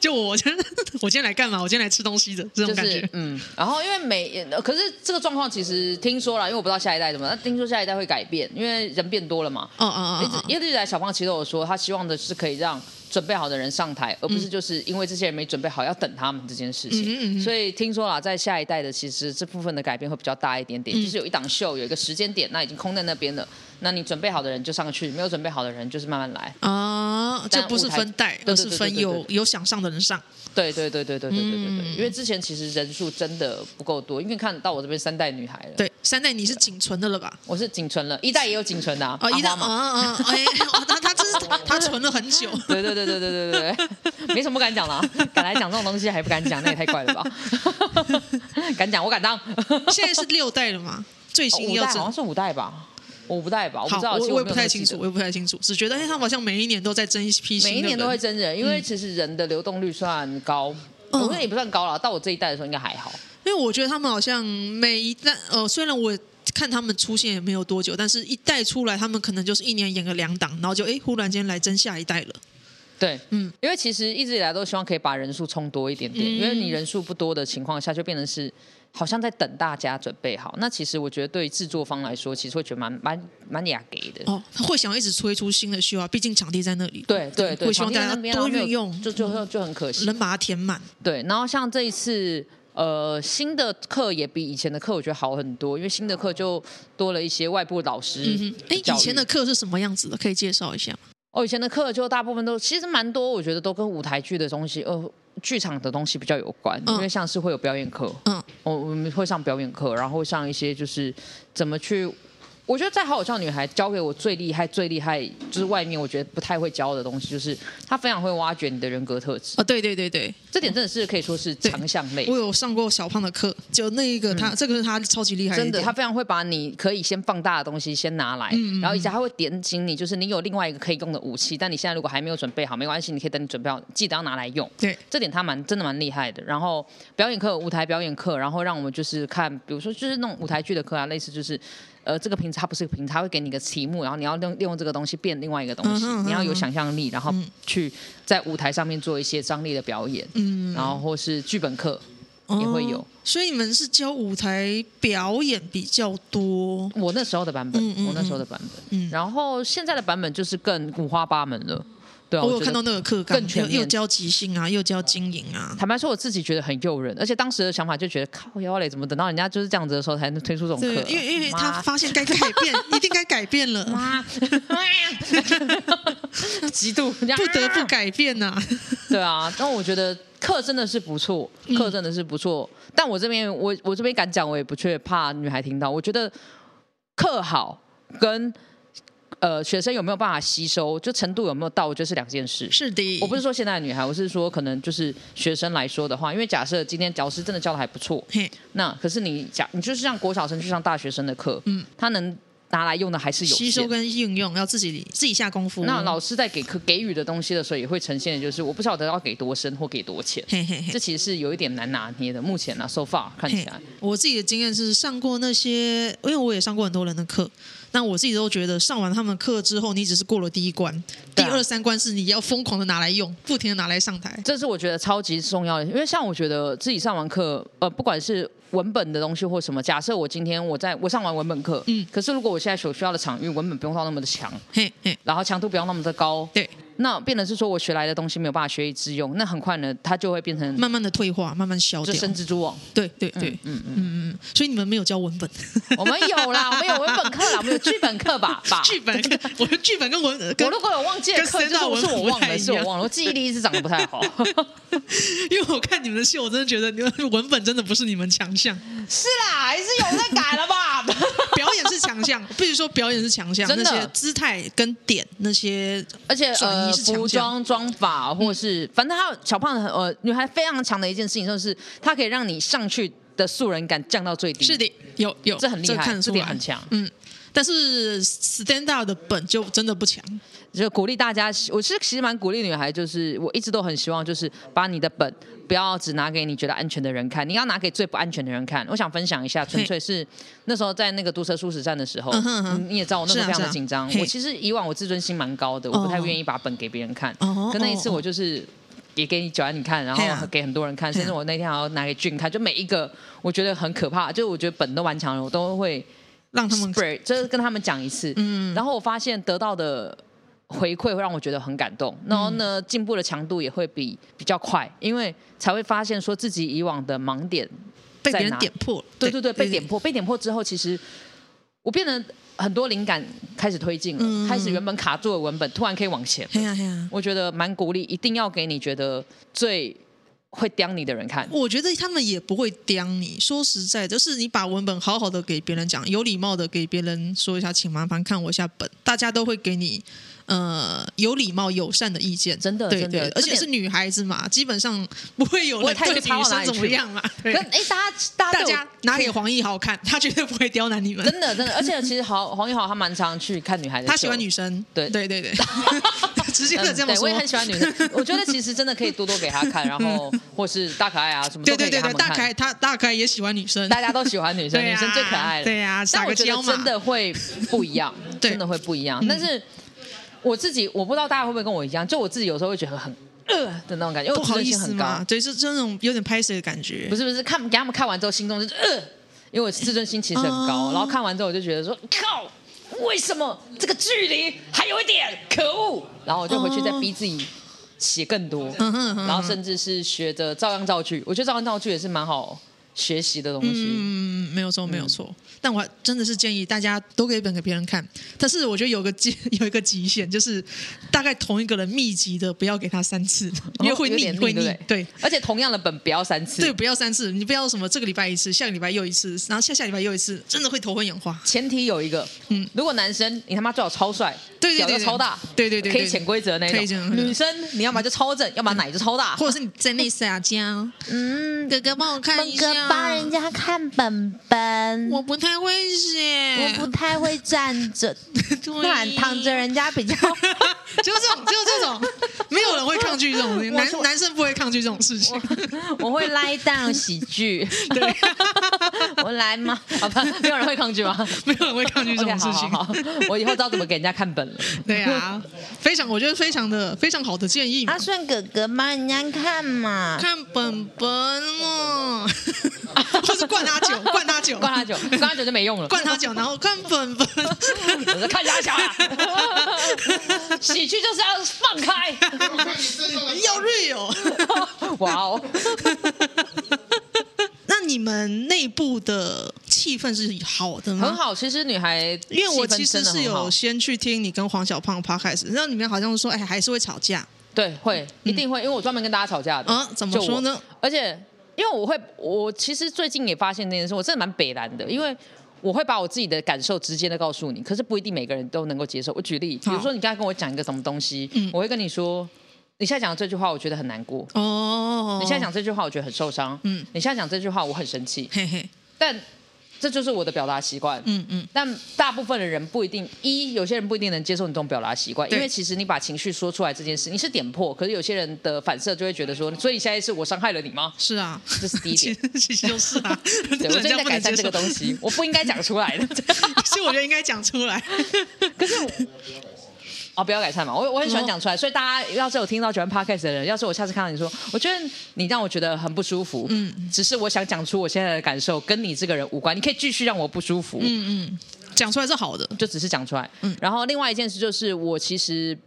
[SPEAKER 1] 就我今天我今天来干嘛？我今天来吃东西的 [laughs] 这种
[SPEAKER 2] 就
[SPEAKER 1] 感觉
[SPEAKER 2] 是。嗯，然后因为每呃可是这个状况其实听说了，因为我不知道下一代怎么样，但听说下一代会改变，因为人变多了嘛，
[SPEAKER 1] 哦哦
[SPEAKER 2] 一
[SPEAKER 1] 哦
[SPEAKER 2] 直
[SPEAKER 1] 哦，
[SPEAKER 2] 一直以来，小胖其实都有说，他希望的是可以让准备好的人上台，而不是就是因为这些人没准备好要等他们这件事情。
[SPEAKER 1] 嗯哼嗯哼
[SPEAKER 2] 所以听说啦，在下一代的其实这部分的改变会比较大一点点，就是有一档秀有一个时间点，那已经空在那边了，那你准备好的人就上去，没有准备好的人就是慢慢来。
[SPEAKER 1] 啊，
[SPEAKER 2] 但
[SPEAKER 1] 就不是
[SPEAKER 2] 舞台
[SPEAKER 1] 分代，
[SPEAKER 2] 对
[SPEAKER 1] 而
[SPEAKER 2] 对
[SPEAKER 1] 是
[SPEAKER 2] 对
[SPEAKER 1] 分
[SPEAKER 2] 对对
[SPEAKER 1] 有有想上的人上。
[SPEAKER 2] 对对对对对对对对对，
[SPEAKER 1] 嗯
[SPEAKER 2] 因为之前其实人数真的不够多，因为看到我这边三代女孩了。
[SPEAKER 1] 对，三代你是仅存的了吧？
[SPEAKER 2] 我是仅存了，一代也有仅存的啊，
[SPEAKER 1] 哦，
[SPEAKER 2] 阿
[SPEAKER 1] 一代，
[SPEAKER 2] 花
[SPEAKER 1] 哦
[SPEAKER 2] 嘛，
[SPEAKER 1] 哦哦，哎，哦他他真
[SPEAKER 2] [laughs]
[SPEAKER 1] 是他存了很久。
[SPEAKER 2] 对对对对对对对
[SPEAKER 1] [laughs]
[SPEAKER 2] 对，没什么不敢讲啦，敢来讲这种东西还不敢讲，那也太怪了吧？敢讲我敢当，
[SPEAKER 1] 现在是六代了嘛？最新
[SPEAKER 2] 哦五
[SPEAKER 1] 要
[SPEAKER 2] 代好
[SPEAKER 1] 整
[SPEAKER 2] 像是五代吧，我五代吧，我不
[SPEAKER 1] 好
[SPEAKER 2] 知，道，
[SPEAKER 1] 我
[SPEAKER 2] 其实
[SPEAKER 1] 我也不
[SPEAKER 2] 没有那
[SPEAKER 1] 太
[SPEAKER 2] 么
[SPEAKER 1] 清
[SPEAKER 2] 记
[SPEAKER 1] 楚，
[SPEAKER 2] 得
[SPEAKER 1] 我也不太清楚，只觉得哎，他们好像每一年都在争一批新的
[SPEAKER 2] 每一
[SPEAKER 1] 人
[SPEAKER 2] 年都会真人，因为其实人的流动率算高，
[SPEAKER 1] 嗯
[SPEAKER 2] 我觉得也不算高了，到我这一代的时候应该还好。
[SPEAKER 1] 因为我觉得他们好像每一代，呃，虽然我看他们出现也没有多久，但是一代出来，他们可能就是一年演个两档，然后就哎，忽然间来争下一代了。
[SPEAKER 2] 对，
[SPEAKER 1] 嗯
[SPEAKER 2] 嗯，因为其实一直以来都希望可以把人数冲多一点点，
[SPEAKER 1] 嗯
[SPEAKER 2] 因为你人数不多的情况下，就变成是好像在等大家准备好。那其实我觉得对于制作方来说，其实会觉得蛮蛮蛮雅给的。
[SPEAKER 1] 哦，他会想一直推出新的秀啊，毕竟场地在那里，
[SPEAKER 2] 对对对，
[SPEAKER 1] 我希望大
[SPEAKER 2] 场地在
[SPEAKER 1] 家
[SPEAKER 2] 那边
[SPEAKER 1] 多
[SPEAKER 2] 然后没有
[SPEAKER 1] 运用
[SPEAKER 2] 就就就很可惜。
[SPEAKER 1] 能把它填满。
[SPEAKER 2] 对，然后像这一次。呃，新的课也比以前的课我觉得好很多，因为新的课就多了一些外部老师
[SPEAKER 1] 嗯哼，哎，
[SPEAKER 2] 教育
[SPEAKER 1] 以前的课是什么样子的？可以介绍一下吗？
[SPEAKER 2] 哦，以前的课就大部分都其实蛮多，我觉得都跟舞台剧的东西，呃，剧场的东西比较有关，
[SPEAKER 1] 嗯
[SPEAKER 2] 因为像是会有表演课，哦
[SPEAKER 1] 嗯
[SPEAKER 2] 我我们会上表演课，然后会上一些就是怎么去。我觉得在好好笑女孩教给我最厉害、最厉害，就是外面我觉得不太会教的东西，就是她非常会挖掘你的人格特质，
[SPEAKER 1] 啊，对对对对，
[SPEAKER 2] 这点真的是可以说是强项类
[SPEAKER 1] 我。有上过小胖的课，就那一个他，这个是他超级厉害一
[SPEAKER 2] 真
[SPEAKER 1] 点，嗯
[SPEAKER 2] 的，她非常会把你可以先放大的东西先拿来，然后以及她会点醒你，就是你有另外一个可以用的武器，但你现在如果还没有准备好，没关系，你可以等你准备好，记得要拿来用。
[SPEAKER 1] 对
[SPEAKER 2] 这点他蛮真的蛮厉害的。然后表演课、舞台表演课，然后让我们就是看，比如说就是那种舞台剧的课啊，类似就是。呃，这个瓶子它不是个瓶子，它会给你一个题目，然后你要用利用这个东西变另外一个东
[SPEAKER 1] 嗯
[SPEAKER 2] 西，
[SPEAKER 1] 哼嗯哼嗯
[SPEAKER 2] 你要有想象力，然后去在舞台上面做一些张力的表演，嗯，然后或是剧本课也会有
[SPEAKER 1] 哦。所以你们是教舞台表演比较多，
[SPEAKER 2] 我那时候的版本，
[SPEAKER 1] 嗯嗯
[SPEAKER 2] 我那时候的版本，然后现在的版本就是更五花八门了，对啊，
[SPEAKER 1] 我
[SPEAKER 2] 觉
[SPEAKER 1] 有
[SPEAKER 2] 得
[SPEAKER 1] 看到那个课纲
[SPEAKER 2] 更，全
[SPEAKER 1] 又
[SPEAKER 2] 面
[SPEAKER 1] 又教即兴啊，又教经营啊，
[SPEAKER 2] 坦白说，我自己觉得很诱人，而且当时的想法就觉得靠腰嘞，怎么等到人家就是这样子的时候才能推出这种课
[SPEAKER 1] 对
[SPEAKER 2] 啊？，
[SPEAKER 1] 因为因为他
[SPEAKER 2] 妈
[SPEAKER 1] 发现该改
[SPEAKER 2] [laughs]
[SPEAKER 1] 变，一定该改变了，
[SPEAKER 2] 妈， [laughs] 极度
[SPEAKER 1] 不
[SPEAKER 2] 不
[SPEAKER 1] 得不改变呐、
[SPEAKER 2] [laughs] 对啊，但我觉得课真的是不错，
[SPEAKER 1] 嗯
[SPEAKER 2] 课真的是不错。但我这边我我这边敢讲，我也不确怕女孩听到。我觉得课好跟呃学生有没有办法吸收，就程度有没有到，我觉得是两件事。
[SPEAKER 1] 是的，
[SPEAKER 2] 我不是说现在的女孩，我是说可能就是学生来说的话，因为假设今天老师真的教的还不错，
[SPEAKER 1] 嘿，
[SPEAKER 2] 那可是你假你就是让国小生去上大学生的课，嗯，他能拿来用的还是有
[SPEAKER 1] 吸
[SPEAKER 2] 限
[SPEAKER 1] 收。跟应用要自己自己下功夫。
[SPEAKER 2] 那老师在给课给予的东西的时候，也会呈现的就是我不晓得要给多深或给多浅，
[SPEAKER 1] 嘿嘿嘿
[SPEAKER 2] 这。其实是有一点难拿捏的。目前呢、啊、，so far 看起
[SPEAKER 1] 嘿
[SPEAKER 2] 来，
[SPEAKER 1] 我自己的经验是上过那些，因为我也上过很多人的课，那我自己都觉得上完他们课之后，你只是过了第一关，第
[SPEAKER 2] 对啊
[SPEAKER 1] 二三关是你要疯狂的拿来用，不停的拿来上台。
[SPEAKER 2] 这是我觉得超级重要的，因为像我觉得自己上完课，呃，不管是文本的东西或什么，假设我今天我在我上完文本课，
[SPEAKER 1] 嗯
[SPEAKER 2] 可是如果我现在所需要的场域文本不用到那么的强，
[SPEAKER 1] 嘿嘿，
[SPEAKER 2] 然后强度不要那么的高，
[SPEAKER 1] 对，
[SPEAKER 2] 那变成是说我学来的东西没有办法学以致用，那很快呢，它就会变成
[SPEAKER 1] 慢慢的退化，慢慢消
[SPEAKER 2] 就
[SPEAKER 1] 掉。
[SPEAKER 2] 生蜘蛛网。
[SPEAKER 1] 嗯对对对，嗯嗯嗯，所以你们没有教文本，
[SPEAKER 2] [laughs] 我们
[SPEAKER 1] [laughs]
[SPEAKER 2] 有啦，我们有文本课啦，我们有剧本课吧？吧。
[SPEAKER 1] 剧本跟， [laughs] 我的剧本跟文跟
[SPEAKER 2] 我如果有忘记的课，
[SPEAKER 1] 跟
[SPEAKER 2] 就是我是我忘了，
[SPEAKER 1] 跟
[SPEAKER 2] 是
[SPEAKER 1] 深造文本不太一样
[SPEAKER 2] 我忘了，我记忆力一直长得不太
[SPEAKER 1] [laughs]
[SPEAKER 2] 好。
[SPEAKER 1] 因为我看你们的戏，我真的觉得你们文本真的不是你们强
[SPEAKER 2] [laughs]
[SPEAKER 1] 项，
[SPEAKER 2] 是啦，还是有在改了吧？
[SPEAKER 1] 表演是强项，必须说表演是强项，
[SPEAKER 2] 真的
[SPEAKER 1] 那些姿态跟点那些，
[SPEAKER 2] 而且
[SPEAKER 1] 转
[SPEAKER 2] 呃
[SPEAKER 1] 移是强项嗯
[SPEAKER 2] 服装装法，或是、反正还有小胖很呃女孩非常强的一件事情，就是她可以让你上去的素人感降到最低。
[SPEAKER 1] 是，的，有有，
[SPEAKER 2] 这很厉害
[SPEAKER 1] 看得出
[SPEAKER 2] 这
[SPEAKER 1] 来
[SPEAKER 2] 点很强
[SPEAKER 1] 嗯。但是 stand up 的本就真的不强，
[SPEAKER 2] 就鼓励大家。我是其实蛮鼓励女孩，就是我一直都很希望，就是把你的本不要只拿给你觉得安全的人看，你要拿给最不安全的人看。我想分享一下，纯粹是那时候在那个毒蛇素食站的时候，
[SPEAKER 1] 嗯哼嗯哼
[SPEAKER 2] 你也知道我那时候
[SPEAKER 1] 是啊
[SPEAKER 2] 非常的
[SPEAKER 1] 是啊
[SPEAKER 2] 紧张。
[SPEAKER 1] 嘿
[SPEAKER 2] 我其实以往我自尊心蛮高的，我不太愿意把本给别人看。
[SPEAKER 1] 哦
[SPEAKER 2] 可那一次我就是。也给你脚你看，然
[SPEAKER 1] 嘿啊
[SPEAKER 2] 后给很多人看，甚至我那天还要拿给俊看，就每一个我觉得很可怕，就是我觉得本都蛮强的，我都会
[SPEAKER 1] 让他们
[SPEAKER 2] spread，就是跟他们讲一次。
[SPEAKER 1] 嗯
[SPEAKER 2] 然后我发现得到的回馈会让我觉得很感动，然后呢，进步的强度也会比比较快，因为才会发现说自己以往的盲点，
[SPEAKER 1] 被别
[SPEAKER 2] 在
[SPEAKER 1] 人
[SPEAKER 2] 哪
[SPEAKER 1] 点破了，
[SPEAKER 2] 对对对，被点破，被点破之后，其实我变得很多灵感开始推进了，
[SPEAKER 1] 嗯
[SPEAKER 2] 开始原本卡住的文本突然可以往前，
[SPEAKER 1] 嘿呀嘿呀，
[SPEAKER 2] 我觉得蛮鼓励，一定要给你觉得最会刁你的人看。
[SPEAKER 1] 我觉得他们也不会刁你。说实在，就是你把文本好好的给别人讲，有礼貌的给别人说一下，请麻烦看我一下本，大家都会给你呃有礼貌、友善的意见。
[SPEAKER 2] 真的
[SPEAKER 1] 对
[SPEAKER 2] 真的
[SPEAKER 1] 对，
[SPEAKER 2] 这
[SPEAKER 1] 而且
[SPEAKER 2] 点
[SPEAKER 1] 是女孩子嘛，基本上不会有
[SPEAKER 2] 不会
[SPEAKER 1] 人
[SPEAKER 2] 太
[SPEAKER 1] 对
[SPEAKER 2] 去差
[SPEAKER 1] 女
[SPEAKER 2] 到哪
[SPEAKER 1] 生
[SPEAKER 2] 里
[SPEAKER 1] 怎么
[SPEAKER 2] 去
[SPEAKER 1] 样嘛。对
[SPEAKER 2] 跟，哎、大家
[SPEAKER 1] 大
[SPEAKER 2] 大家都有
[SPEAKER 1] 家拿给黄奕豪看， [laughs] 他绝对不会刁难你们。
[SPEAKER 2] 真的真的，而且其实黄黄奕豪他蛮常去看女孩的秀，
[SPEAKER 1] 他喜欢女生，
[SPEAKER 2] 对
[SPEAKER 1] 对对
[SPEAKER 2] [laughs]
[SPEAKER 1] 对， [laughs] 直接的
[SPEAKER 2] 嗯
[SPEAKER 1] 这么
[SPEAKER 2] 对，
[SPEAKER 1] 说嗯
[SPEAKER 2] 我也。很喜欢女
[SPEAKER 1] [laughs]
[SPEAKER 2] 生。我觉得其实真的可以多多给她看，然后或是大可爱啊什么
[SPEAKER 1] 对
[SPEAKER 2] 都
[SPEAKER 1] 对
[SPEAKER 2] 可以给
[SPEAKER 1] 对
[SPEAKER 2] 他
[SPEAKER 1] 对，
[SPEAKER 2] 们
[SPEAKER 1] 大
[SPEAKER 2] 看。
[SPEAKER 1] 概他大概也喜欢女生，
[SPEAKER 2] 大家都喜欢女生，
[SPEAKER 1] 对啊
[SPEAKER 2] 女生最可爱了。
[SPEAKER 1] 对啊
[SPEAKER 2] 但
[SPEAKER 1] 撒
[SPEAKER 2] 我
[SPEAKER 1] 个
[SPEAKER 2] 觉
[SPEAKER 1] 娇
[SPEAKER 2] 得
[SPEAKER 1] 嘛
[SPEAKER 2] 真的会不一样，
[SPEAKER 1] [laughs] 对嗯
[SPEAKER 2] 真的会不一样。但是我自己，我不知道大家会不会跟我一样，就我自己有时候会觉得很呃的那种感觉，因为
[SPEAKER 1] 不
[SPEAKER 2] 我自
[SPEAKER 1] 好
[SPEAKER 2] 尊
[SPEAKER 1] 意
[SPEAKER 2] 心
[SPEAKER 1] 思
[SPEAKER 2] 很高
[SPEAKER 1] 嘛，。对，是就那种有点拍谁的感觉
[SPEAKER 2] 不。是不是，看给他们看完之后，心中就是呃，因为我自尊心其实很高，
[SPEAKER 1] 哦
[SPEAKER 2] 然后看完之后我就觉得说靠。为什么这个距离还有一点可恶？然后我就回去再逼自己写更多，
[SPEAKER 1] 嗯哼嗯哼
[SPEAKER 2] 然后甚至是学着照样造句。我觉得照样造句也是蛮好学习的东西。
[SPEAKER 1] 嗯，没有错，没有错。但我还真的是建议大家都给本给别人看，但是我觉得有个极 [laughs] 有一个极限，就是大概同一个人密集的不要给他三次，因为会
[SPEAKER 2] 哦有
[SPEAKER 1] 腻
[SPEAKER 2] 点，
[SPEAKER 1] 会
[SPEAKER 2] 对
[SPEAKER 1] 腻
[SPEAKER 2] 不。
[SPEAKER 1] 对
[SPEAKER 2] 而且同样的本不要三次。
[SPEAKER 1] 对，不要三次，你不要什么这个礼拜一次，下个礼拜又一次，然后下下礼拜又一次，真的会头昏眼花。
[SPEAKER 2] 前提有一个，嗯
[SPEAKER 1] 嗯，
[SPEAKER 2] 如果男生你他妈最好超帅，
[SPEAKER 1] 对对对
[SPEAKER 2] 屌就超大，
[SPEAKER 1] 对对对对
[SPEAKER 2] 可以潜规则那
[SPEAKER 1] 可以这样
[SPEAKER 2] 种。
[SPEAKER 1] 可以这样
[SPEAKER 2] 女生你要么就超正，要么奶就超大，
[SPEAKER 1] 或者是你在内撒娇，嗯，哥哥帮我看一
[SPEAKER 4] 哥帮人
[SPEAKER 1] 下，
[SPEAKER 4] 家看本本，
[SPEAKER 1] 我
[SPEAKER 4] 我
[SPEAKER 1] 不太会写，
[SPEAKER 4] 不太会站着，
[SPEAKER 1] 对
[SPEAKER 4] 不然躺着人家比较。
[SPEAKER 1] 就这种，就这种，没有人会抗拒这种东西，男男生不会抗拒这种事情。
[SPEAKER 2] 我会来 down 喜剧，
[SPEAKER 1] [laughs] 对，
[SPEAKER 2] 我来吗？好吧，没有人会抗拒 [laughs] 吗？
[SPEAKER 1] [laughs] 没有人会抗拒这
[SPEAKER 2] [laughs] OK，
[SPEAKER 1] 种事情。
[SPEAKER 2] 好好好我以后知道怎么给人家看本了。
[SPEAKER 1] [laughs] 对啊，非常，我觉得非常的非常好的建议嘛。
[SPEAKER 2] 啊
[SPEAKER 4] 阿顺哥哥帮人家看嘛，
[SPEAKER 1] 看本本
[SPEAKER 2] [laughs]
[SPEAKER 1] 哦，或是灌他酒，灌他酒，
[SPEAKER 2] 灌他酒，灌他酒就没用了。
[SPEAKER 1] 灌他酒，然后看本
[SPEAKER 2] [laughs]
[SPEAKER 1] 本。
[SPEAKER 2] 我说看家小啊， [laughs] 喜剧就是要放
[SPEAKER 1] [laughs]
[SPEAKER 2] 开。
[SPEAKER 3] 我看你身上的
[SPEAKER 1] 要哦 real。
[SPEAKER 2] 哇哦，
[SPEAKER 1] [laughs]
[SPEAKER 2] [laughs]
[SPEAKER 1] 那你们内部的气氛是好的吗？
[SPEAKER 2] 很好。其实女孩气氛真的很好，
[SPEAKER 1] 因为我其实是有先去听你跟黄小胖 podcast，那你们好像说，哎，还是会吵架
[SPEAKER 2] 对，会一定会，因为我专门跟大家吵架的
[SPEAKER 1] 嗯啊？怎么
[SPEAKER 2] 就我
[SPEAKER 1] 说呢？
[SPEAKER 2] 而且因为我会，我其实最近也发现这件事，我真的蛮北蓝的，因为。我会把我自己的感受直接的告诉你，可是不一定每个人都能够接受。我举例，比如
[SPEAKER 1] 好
[SPEAKER 2] 说你刚才跟我讲一个什么东西，
[SPEAKER 1] 嗯
[SPEAKER 2] 我会跟你说，你现在讲的这句话，我觉得很难过；
[SPEAKER 1] 哦，
[SPEAKER 2] 你现在讲这句话，我觉得很受伤；
[SPEAKER 1] 嗯
[SPEAKER 2] 你现在讲这句话，我很生气。
[SPEAKER 1] 嘿嘿，
[SPEAKER 2] 但这就是我的表达习惯。
[SPEAKER 1] 嗯嗯，
[SPEAKER 2] 但大部分的人不一定，一有些人不一定能接受你这种表达习惯，因
[SPEAKER 1] 对
[SPEAKER 2] 为其实你把情绪说出来这件事，你是点破，可是有些人的反射就会觉得说，所以下一次我伤害了
[SPEAKER 1] [laughs]
[SPEAKER 2] 你吗？
[SPEAKER 1] 是啊，
[SPEAKER 2] 这是第一
[SPEAKER 1] 其
[SPEAKER 2] 点。
[SPEAKER 1] 实 [laughs] 其实就是啊，
[SPEAKER 2] [laughs] 对，我
[SPEAKER 1] 人
[SPEAKER 2] 最
[SPEAKER 1] 家
[SPEAKER 2] 近在
[SPEAKER 1] 不
[SPEAKER 2] 改
[SPEAKER 1] 能接
[SPEAKER 2] 善这
[SPEAKER 1] 受
[SPEAKER 2] 个东，西，我不应该讲出来的。
[SPEAKER 1] [laughs] 其实我觉得应该讲出来。
[SPEAKER 2] 哦，不要改善嘛，我我很喜欢讲出
[SPEAKER 1] 哦
[SPEAKER 2] 来，所以大家要是有听到喜欢 podcast 的人，要是我下次看到你说，我觉得你让我觉得很不舒服，嗯，只是我想讲出我现在的感受，跟你这个人无关，你可以继续让我不舒服，
[SPEAKER 1] 嗯嗯，讲出来是好的。
[SPEAKER 2] 就只是讲出来。然后另外一件事就是，我其实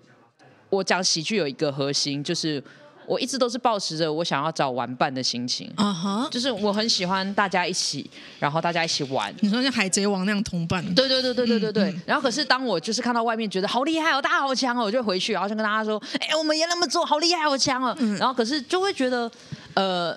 [SPEAKER 2] 我讲喜剧有一个核心，就是我一直都是保持着我想要找玩伴的心情，
[SPEAKER 1] 啊哈，
[SPEAKER 2] 就是我很喜欢大家一起，然后大家一起玩。
[SPEAKER 1] 你说像海贼王那样同伴，
[SPEAKER 2] 对对对对对对
[SPEAKER 1] 嗯
[SPEAKER 2] 对。然后可是当我就是看到外面觉得好厉害哦，大家好强哦，我就回去，然后就跟大家说，哎、我们也那么做，好厉害，好强哦。
[SPEAKER 1] 嗯
[SPEAKER 2] 然后可是就会觉得，呃。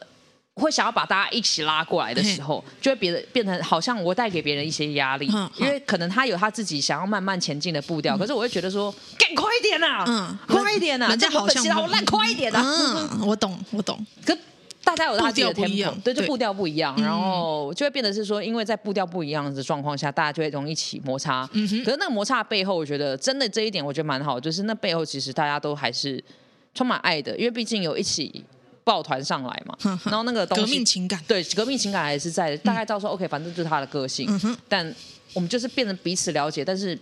[SPEAKER 2] 会想要把大家一起拉过来的时候，就会变得变成好像我带给别人一些压力
[SPEAKER 1] 嗯，
[SPEAKER 2] 因为可能他有他自己想要慢慢前进的步调，可是我会觉得说，干快一点呐、
[SPEAKER 1] 嗯
[SPEAKER 2] 啊快一点呐、啊
[SPEAKER 1] 人家
[SPEAKER 2] 这个
[SPEAKER 1] 好
[SPEAKER 2] 本
[SPEAKER 1] 像
[SPEAKER 2] 写的好烂，快一点啊呐、
[SPEAKER 1] 嗯，我懂，我懂，
[SPEAKER 2] 可大家有他自己的
[SPEAKER 1] 步调不
[SPEAKER 2] tempo，
[SPEAKER 1] 一样
[SPEAKER 2] 对，就
[SPEAKER 1] 对嗯
[SPEAKER 2] 步调不一样，然后就会变得是说，因为在步调不一样的状况下，大家就会容易起摩擦。
[SPEAKER 1] 嗯
[SPEAKER 2] 可是那个摩擦背后，我觉得真的这一点，我觉得蛮好，就是那背后其实大家都还是充满爱的，因为毕竟有一起抱团上来嘛，
[SPEAKER 1] [laughs] 哼哼
[SPEAKER 2] 然后那个东西
[SPEAKER 1] 革命情感。嗯
[SPEAKER 2] 对，革命情感还是在的，大概到时候、OK，反正就是他的个性，但我们就是变成彼此了解，但是。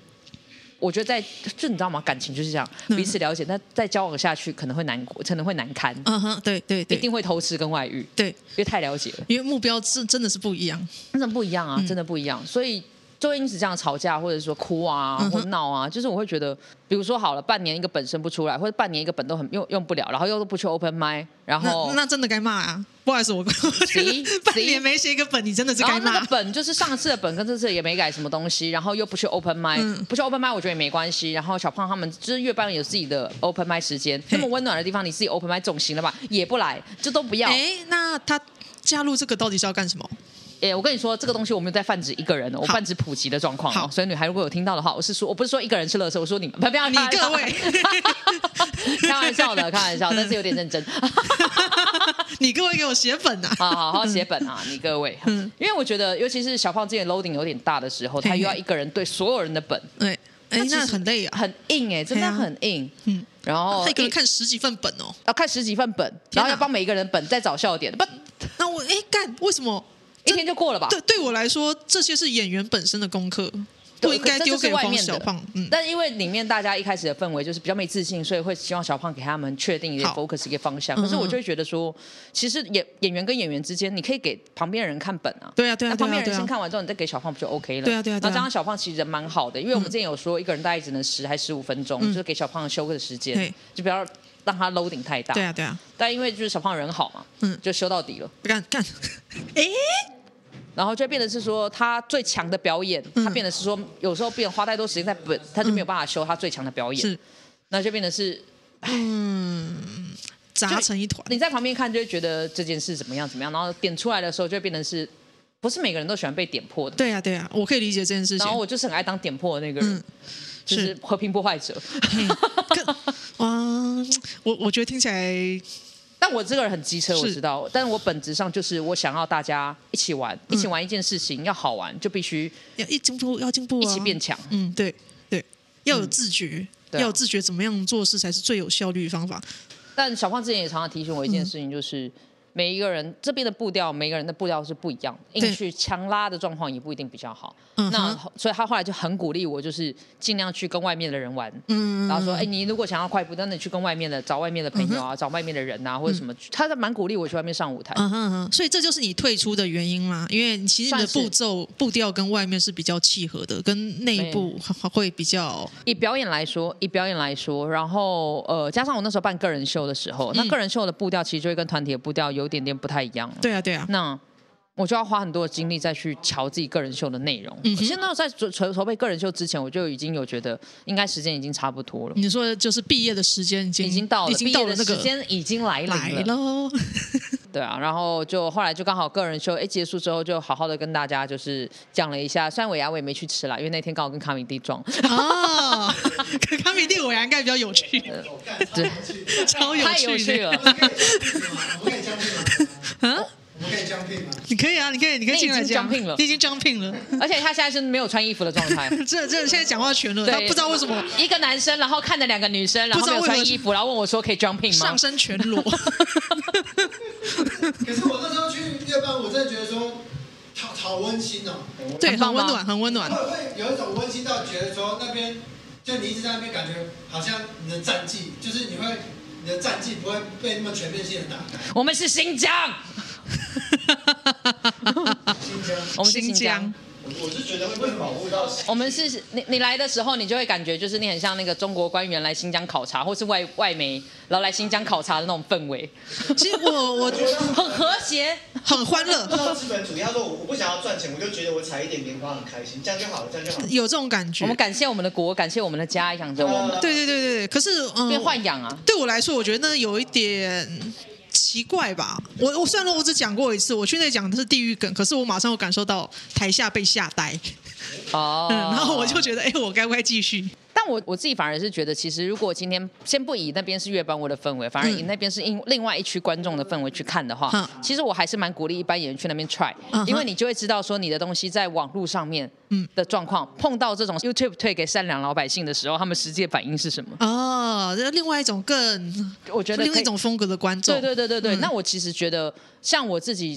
[SPEAKER 2] 我觉得在就你知道吗？感情就是这样，彼此了解，但再交往下去可能会难过，可能会难堪，
[SPEAKER 1] 嗯哼，对对
[SPEAKER 2] 一
[SPEAKER 1] 对
[SPEAKER 2] 定会偷吃跟外遇，
[SPEAKER 1] 对，
[SPEAKER 2] 因为太了解了，
[SPEAKER 1] 因为目标是真的是不一样。
[SPEAKER 2] 真的不一样啊，真的不一样，所以。就会因此这样吵架，或者说哭啊，或闹啊，就是我会觉得，比如说好了，半年一个本生不出来，或者半年一个本都很用用不了，然后又不去 open m i 然
[SPEAKER 1] 那
[SPEAKER 2] 后
[SPEAKER 1] 那真的该骂啊！不好意思，我 [laughs] 我觉得
[SPEAKER 2] 行
[SPEAKER 1] 半
[SPEAKER 2] 行
[SPEAKER 1] 年没写一个本，你真的是
[SPEAKER 2] 然后
[SPEAKER 1] 该
[SPEAKER 2] 哦那个
[SPEAKER 1] 骂。
[SPEAKER 2] 本就是上次的本跟这次也没改什么东西，然后又不去 open m i
[SPEAKER 1] 嗯
[SPEAKER 2] 不去 open m i 我觉得也没关系。然后小胖他们就是月半有自己的 open m i 时间，那么温暖的地方你自己 open m i 总行了吧？也不来，就都不要。
[SPEAKER 1] 哎，那他加入这个到底是要干什么？ [laughs]
[SPEAKER 2] 诶、我跟你说，这个东西我没有在泛指一个人哦，我
[SPEAKER 1] 好
[SPEAKER 2] 泛指普及的状况、哦。
[SPEAKER 1] 好
[SPEAKER 2] 所以女孩如果有听到的话，我是说，我不是说一个人是乐色，我说你们，不要
[SPEAKER 1] 你各位
[SPEAKER 2] [laughs] 开玩笑的，开玩笑，但是有点
[SPEAKER 1] [laughs]
[SPEAKER 2] 认真。
[SPEAKER 1] 你各位给我写本啊！
[SPEAKER 2] 好好好写本啊，你各位，
[SPEAKER 1] 嗯
[SPEAKER 2] 因为我觉得，尤其是小胖之前 loading 有点大的时候，他又要一个人对所有人的本，
[SPEAKER 1] 对，哎
[SPEAKER 2] 那，其实
[SPEAKER 1] 那很累啊。
[SPEAKER 2] 很硬哎、真的
[SPEAKER 1] 对啊
[SPEAKER 2] 很硬。嗯
[SPEAKER 1] 嗯，
[SPEAKER 2] 然后
[SPEAKER 1] 他一个人
[SPEAKER 2] 一
[SPEAKER 1] 看十几份本哦，
[SPEAKER 2] 要看十几份本，
[SPEAKER 1] 天哪
[SPEAKER 2] 然后要帮每一个人本再找笑点，不
[SPEAKER 1] 那我哎干，为什么
[SPEAKER 2] 一天就过了吧？
[SPEAKER 1] 对，对我来说，这些是演员本身的功课，不应该
[SPEAKER 2] 可
[SPEAKER 1] 丢
[SPEAKER 2] 这就是
[SPEAKER 1] 给
[SPEAKER 2] 外
[SPEAKER 1] 黄
[SPEAKER 2] 面
[SPEAKER 1] 小
[SPEAKER 2] 的
[SPEAKER 1] 胖。嗯，
[SPEAKER 2] 但因为里面大家一开始的氛围就是比较没自信，所以会希望小胖给他们确定一点
[SPEAKER 1] 好嗯
[SPEAKER 2] focus 一个方向。可是我就会觉得说，其实演演员跟演员之间，你可以给旁边人看本啊。
[SPEAKER 1] 对啊，对
[SPEAKER 2] 那
[SPEAKER 1] 啊，
[SPEAKER 2] 旁
[SPEAKER 1] 对
[SPEAKER 2] 边
[SPEAKER 1] 啊，
[SPEAKER 2] 人
[SPEAKER 1] 对
[SPEAKER 2] 先
[SPEAKER 1] 啊，
[SPEAKER 2] 看完之后，你再给小胖不就 OK 了？
[SPEAKER 1] 对啊对啊嗯对
[SPEAKER 2] 那
[SPEAKER 1] 啊
[SPEAKER 2] 这样小胖其实人蛮好的，因为我们之前有说一个人大概只能十还十五分钟，就是给小胖休个时间
[SPEAKER 1] 对，
[SPEAKER 2] 就不要让它 loading 太大。
[SPEAKER 1] 对啊，对啊，
[SPEAKER 2] 但因为就是小胖人好嘛，
[SPEAKER 1] 嗯
[SPEAKER 2] 就修到底了。
[SPEAKER 1] 干干，哎、
[SPEAKER 2] 然后就变得是说，他最强的表演，他
[SPEAKER 1] 嗯
[SPEAKER 2] 变得是说，有时候变得花太多时间在本，他就没有办法修他最强的表演
[SPEAKER 1] 是，
[SPEAKER 2] 那就变得是
[SPEAKER 1] 砸成一团，
[SPEAKER 2] 你在旁边看就会觉得这件事怎么样怎么样，然后点出来的时候就会变成是，不是每个人都喜欢被点破的。
[SPEAKER 1] 对啊，对啊，我可以理解这件事情
[SPEAKER 2] 然后。我就是很爱当点破的那个人，
[SPEAKER 1] 嗯，
[SPEAKER 2] 就是和平破
[SPEAKER 1] [laughs]
[SPEAKER 2] 坏者。
[SPEAKER 1] 可哇，我我觉得听起来，
[SPEAKER 2] 但我这个人很机车，我
[SPEAKER 1] 是
[SPEAKER 2] 知道，但我本质上就是我想要大家一起玩，一
[SPEAKER 1] 嗯
[SPEAKER 2] 起玩一件事情要好玩，就必须
[SPEAKER 1] 要一进步要进步、啊，
[SPEAKER 2] 一起变强。
[SPEAKER 1] 嗯，对对，要有自觉，
[SPEAKER 2] 对啊
[SPEAKER 1] 要有自觉，怎么样做事才是最有效率的方法？
[SPEAKER 2] 但小胖之前也常常提醒我一
[SPEAKER 1] 嗯
[SPEAKER 2] 件事情，就是、每一个人这边的步调，每个人的步调是不一样的，
[SPEAKER 1] 对
[SPEAKER 2] 硬去强拉的状况也不一定比较好。
[SPEAKER 1] 嗯
[SPEAKER 2] 那
[SPEAKER 1] 哼
[SPEAKER 2] 所以他后来就很鼓励我，就是尽量去跟外面的人玩。
[SPEAKER 1] 嗯，
[SPEAKER 2] 然后说，哎、你如果想要快步，那你去跟外面的找外面的朋友啊，找外面的人啊，或者什么，他他蛮鼓励我去外面上舞台。
[SPEAKER 1] 嗯哼嗯哼，所以这就是你退出的原因嘛？因为你其实你的
[SPEAKER 2] 算
[SPEAKER 1] 步
[SPEAKER 2] 是
[SPEAKER 1] 骤步调跟外面是比较契合的，跟内部会比较
[SPEAKER 2] 以表演来说，以表演来说，然后呃，加上我那时候办个人秀的时候，
[SPEAKER 1] 嗯
[SPEAKER 2] 那个人秀的步调其实就会跟团体的步调有点点不太一样。
[SPEAKER 1] 对啊对啊，
[SPEAKER 2] 那我就要花很多的精力再去瞧自己个人秀的内容。
[SPEAKER 1] 嗯哼
[SPEAKER 2] 其实那时候在筹筹筹备个人秀之前，我就已经有觉得应该时间已经差不多了，
[SPEAKER 1] 你说的就是毕业的时间已经
[SPEAKER 2] 已经到
[SPEAKER 1] 嗯
[SPEAKER 2] 了，
[SPEAKER 1] 已经到
[SPEAKER 2] 毕
[SPEAKER 1] 了
[SPEAKER 2] 业
[SPEAKER 1] 那
[SPEAKER 2] 的
[SPEAKER 1] 个
[SPEAKER 2] 时间已经来临
[SPEAKER 1] 来
[SPEAKER 2] 了。 [laughs]
[SPEAKER 1] 喽，
[SPEAKER 2] 对啊，然后就后来就刚好个人秀哎结束之后，就好好的跟大家就是讲了一下。虽然尾牙我也没去吃啦，因为那天刚好跟卡米蒂
[SPEAKER 1] [laughs]
[SPEAKER 2] 撞，
[SPEAKER 1] 哦，可康米蒂我应该比较有趣，
[SPEAKER 2] 对，
[SPEAKER 1] 超有
[SPEAKER 2] 呃太
[SPEAKER 1] 趣
[SPEAKER 2] 有趣
[SPEAKER 1] 的。
[SPEAKER 2] 了。
[SPEAKER 3] 我们可以将聘吗？
[SPEAKER 1] 啊，
[SPEAKER 3] 我们可以将聘吗？
[SPEAKER 1] [laughs] 你可以啊，你可以，你可以
[SPEAKER 2] 你已
[SPEAKER 1] 进来
[SPEAKER 2] 经
[SPEAKER 1] 讲，
[SPEAKER 2] jumping 了
[SPEAKER 1] 你已经 jumping 了。
[SPEAKER 2] 而且他现在是没有穿衣服的状态。
[SPEAKER 1] 这这现在讲话全了，
[SPEAKER 2] 对
[SPEAKER 1] 他不知道为什么
[SPEAKER 2] 一个男生，然后看着两个女生，然后没有
[SPEAKER 1] 不知道为
[SPEAKER 2] 穿
[SPEAKER 1] 何
[SPEAKER 2] 衣服，然后问我说可以 jumping 吗
[SPEAKER 1] 上？身全
[SPEAKER 2] [laughs]
[SPEAKER 1] 裸。
[SPEAKER 3] 可是我那时候去夜班，我真的觉得说，好好温馨哦。
[SPEAKER 1] 对，
[SPEAKER 2] 很
[SPEAKER 1] 很
[SPEAKER 2] 棒吗
[SPEAKER 1] 温暖，很温暖
[SPEAKER 3] 会。会有一种温馨到觉得说那边，就你一直在那边感觉好像你的战绩，就是你会你的战绩不会被那么全面性的打开。
[SPEAKER 2] 我们是
[SPEAKER 1] [laughs]
[SPEAKER 2] 新疆，我
[SPEAKER 3] 新疆，
[SPEAKER 2] 们是
[SPEAKER 1] 新
[SPEAKER 2] 新
[SPEAKER 1] 疆
[SPEAKER 2] 疆。
[SPEAKER 3] 我我是觉得会保护到
[SPEAKER 2] 我们是你你来的时候，你就会感觉就是你很像那个中国官员来新疆考察，或是外外媒然后来新疆考察的那种
[SPEAKER 1] [laughs]
[SPEAKER 2] 氛围，
[SPEAKER 1] 其实我我
[SPEAKER 2] 很和谐。
[SPEAKER 1] 很欢乐，
[SPEAKER 5] 到资本主义，他说我我不想要赚钱，我就觉得我采一点棉花很开心，这样就好了，这样就好了。
[SPEAKER 1] 有这种感觉。
[SPEAKER 2] 我们感谢我们的国，感谢我们的家，养着我们，
[SPEAKER 1] 对对对对对，可是嗯
[SPEAKER 2] 被，豢养啊。
[SPEAKER 1] 对我来说，我觉得那有一点奇怪吧。我我虽然说我只讲过一次，我去那讲的是地狱梗，可是我马上有感受到台下被吓呆，
[SPEAKER 2] 哦、
[SPEAKER 1] 嗯， [laughs] 然后我就觉得，哎，我该不该继续？
[SPEAKER 2] 但我我自己反而是觉得，其实如果今天先不以那边是月班我的氛围，反而以
[SPEAKER 1] 嗯
[SPEAKER 2] 那边是另另外一区观众的氛围去看的话，
[SPEAKER 1] 嗯
[SPEAKER 2] 其实我还是蛮鼓励一般演员去那边 try，、
[SPEAKER 1] 嗯哼
[SPEAKER 2] 因为你就会知道说你的东西在网络上面
[SPEAKER 1] 嗯
[SPEAKER 2] 的状况，碰到这种 YouTube 推给善良老百姓的时候，他们实际的反应是什么？
[SPEAKER 1] 哦，这另外一种更，
[SPEAKER 2] 我觉得
[SPEAKER 1] 另
[SPEAKER 2] 可
[SPEAKER 1] 外
[SPEAKER 2] 以
[SPEAKER 1] 一种风格的观众，
[SPEAKER 2] 对对对对对，
[SPEAKER 1] 嗯
[SPEAKER 2] 那我其实觉得，像我自己，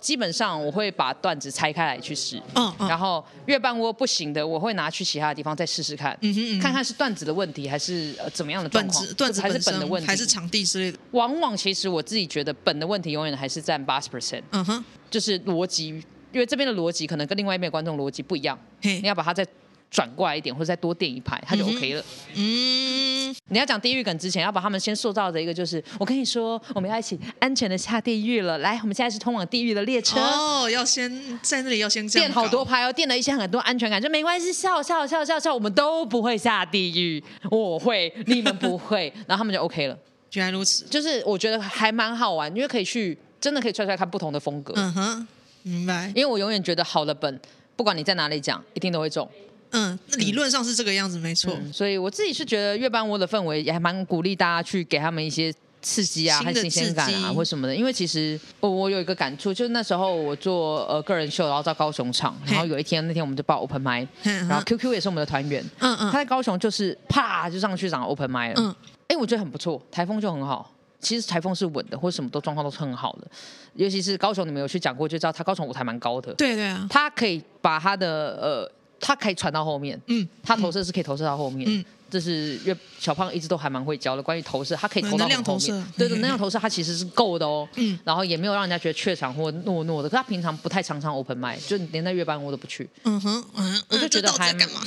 [SPEAKER 2] 基本上我会把段子拆开来去试，
[SPEAKER 1] 嗯嗯
[SPEAKER 2] 然后月半窝不行的，我会拿去其他地方再试试看，
[SPEAKER 1] 嗯哼嗯哼
[SPEAKER 2] 看看是段子的问题还是呃怎么样的状
[SPEAKER 1] 段
[SPEAKER 2] 况
[SPEAKER 1] 子段子
[SPEAKER 2] 还是
[SPEAKER 1] 本
[SPEAKER 2] 本的问
[SPEAKER 1] 身
[SPEAKER 2] 题，
[SPEAKER 1] 还是场地之类的，
[SPEAKER 2] 往往其实我自己觉得本的问题永远还是占八十 percent，
[SPEAKER 1] 嗯哼，
[SPEAKER 2] 就是逻辑，因为这边的逻辑可能跟另外一边的观众逻辑不一样，
[SPEAKER 1] 嘿
[SPEAKER 2] 你，要把它再转过来一点，或者再多垫一排，它就
[SPEAKER 1] 嗯哼
[SPEAKER 2] OK 了。
[SPEAKER 1] 嗯，
[SPEAKER 2] 你要讲地狱梗之前，要把他们先塑造的一个就是，我跟你说，我们要一起安全的下地狱了。来，我们现在是通往地狱的列车。
[SPEAKER 1] 哦，要先在那里要先这样
[SPEAKER 2] 垫好
[SPEAKER 1] 搞
[SPEAKER 2] 多拍哦，垫了一些很多安全感，就没关系，笑笑笑笑笑，我们都不会下地狱，我会，你们不会，然后他们就 OK 了。
[SPEAKER 1] 原来如此，
[SPEAKER 2] 就是我觉得还蛮好玩，因为可以去真的可以踹踹看不同的风格，
[SPEAKER 1] 嗯哼，明白，
[SPEAKER 2] 因为我永远觉得好的本，不管你在哪里讲，一定都会中。
[SPEAKER 1] 嗯，那理论上是这个样子，没错，
[SPEAKER 2] 嗯所以我自己是觉得月半窝的氛围也还蛮鼓励大家去给他们一些刺激啊，
[SPEAKER 1] 新
[SPEAKER 2] 还
[SPEAKER 1] 的
[SPEAKER 2] 有新鲜感
[SPEAKER 1] 刺
[SPEAKER 2] 啊，
[SPEAKER 1] 激
[SPEAKER 2] 或什么的。因为其实我我有一个感触，就是那时候我做呃个人秀，然后到高雄唱，
[SPEAKER 1] 嘿
[SPEAKER 2] 然后有一天那天我们就报 open m i
[SPEAKER 1] 嗯
[SPEAKER 2] 然后
[SPEAKER 1] 哼
[SPEAKER 2] QQ 也是我们的团员，
[SPEAKER 1] 嗯
[SPEAKER 2] 他
[SPEAKER 1] 嗯
[SPEAKER 2] 在高雄就是啪就上去讲 open m i 了。
[SPEAKER 1] 嗯，
[SPEAKER 2] 哎、我觉得很不错，台风就很好。其实台风是稳的，或者什么都状况都是很好的，尤其是高雄，你们有去讲过就知道，它高雄舞台蛮高的，
[SPEAKER 1] 对对啊，
[SPEAKER 2] 它可以把它的呃，它可以传到后面，
[SPEAKER 1] 嗯，
[SPEAKER 2] 它投射是可以投射到后面，
[SPEAKER 1] 嗯
[SPEAKER 2] 这是因为小胖一直都还蛮会教的，关于投射，它可以投到
[SPEAKER 1] 能量
[SPEAKER 2] 很后
[SPEAKER 1] 投射
[SPEAKER 2] 面，对对，能量投射它其实是够的哦，
[SPEAKER 1] 嗯，
[SPEAKER 2] 然后也没有让人家觉得怯场或懦懦的，可他平常不太常常 open mic，就连在月班我都不去，
[SPEAKER 1] 嗯哼，嗯，
[SPEAKER 2] 我就觉
[SPEAKER 1] 这
[SPEAKER 2] 得
[SPEAKER 1] 到底在
[SPEAKER 2] 还
[SPEAKER 1] 干嘛？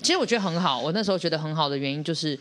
[SPEAKER 2] 其实我觉得很好，我那时候觉得很好的原因就是，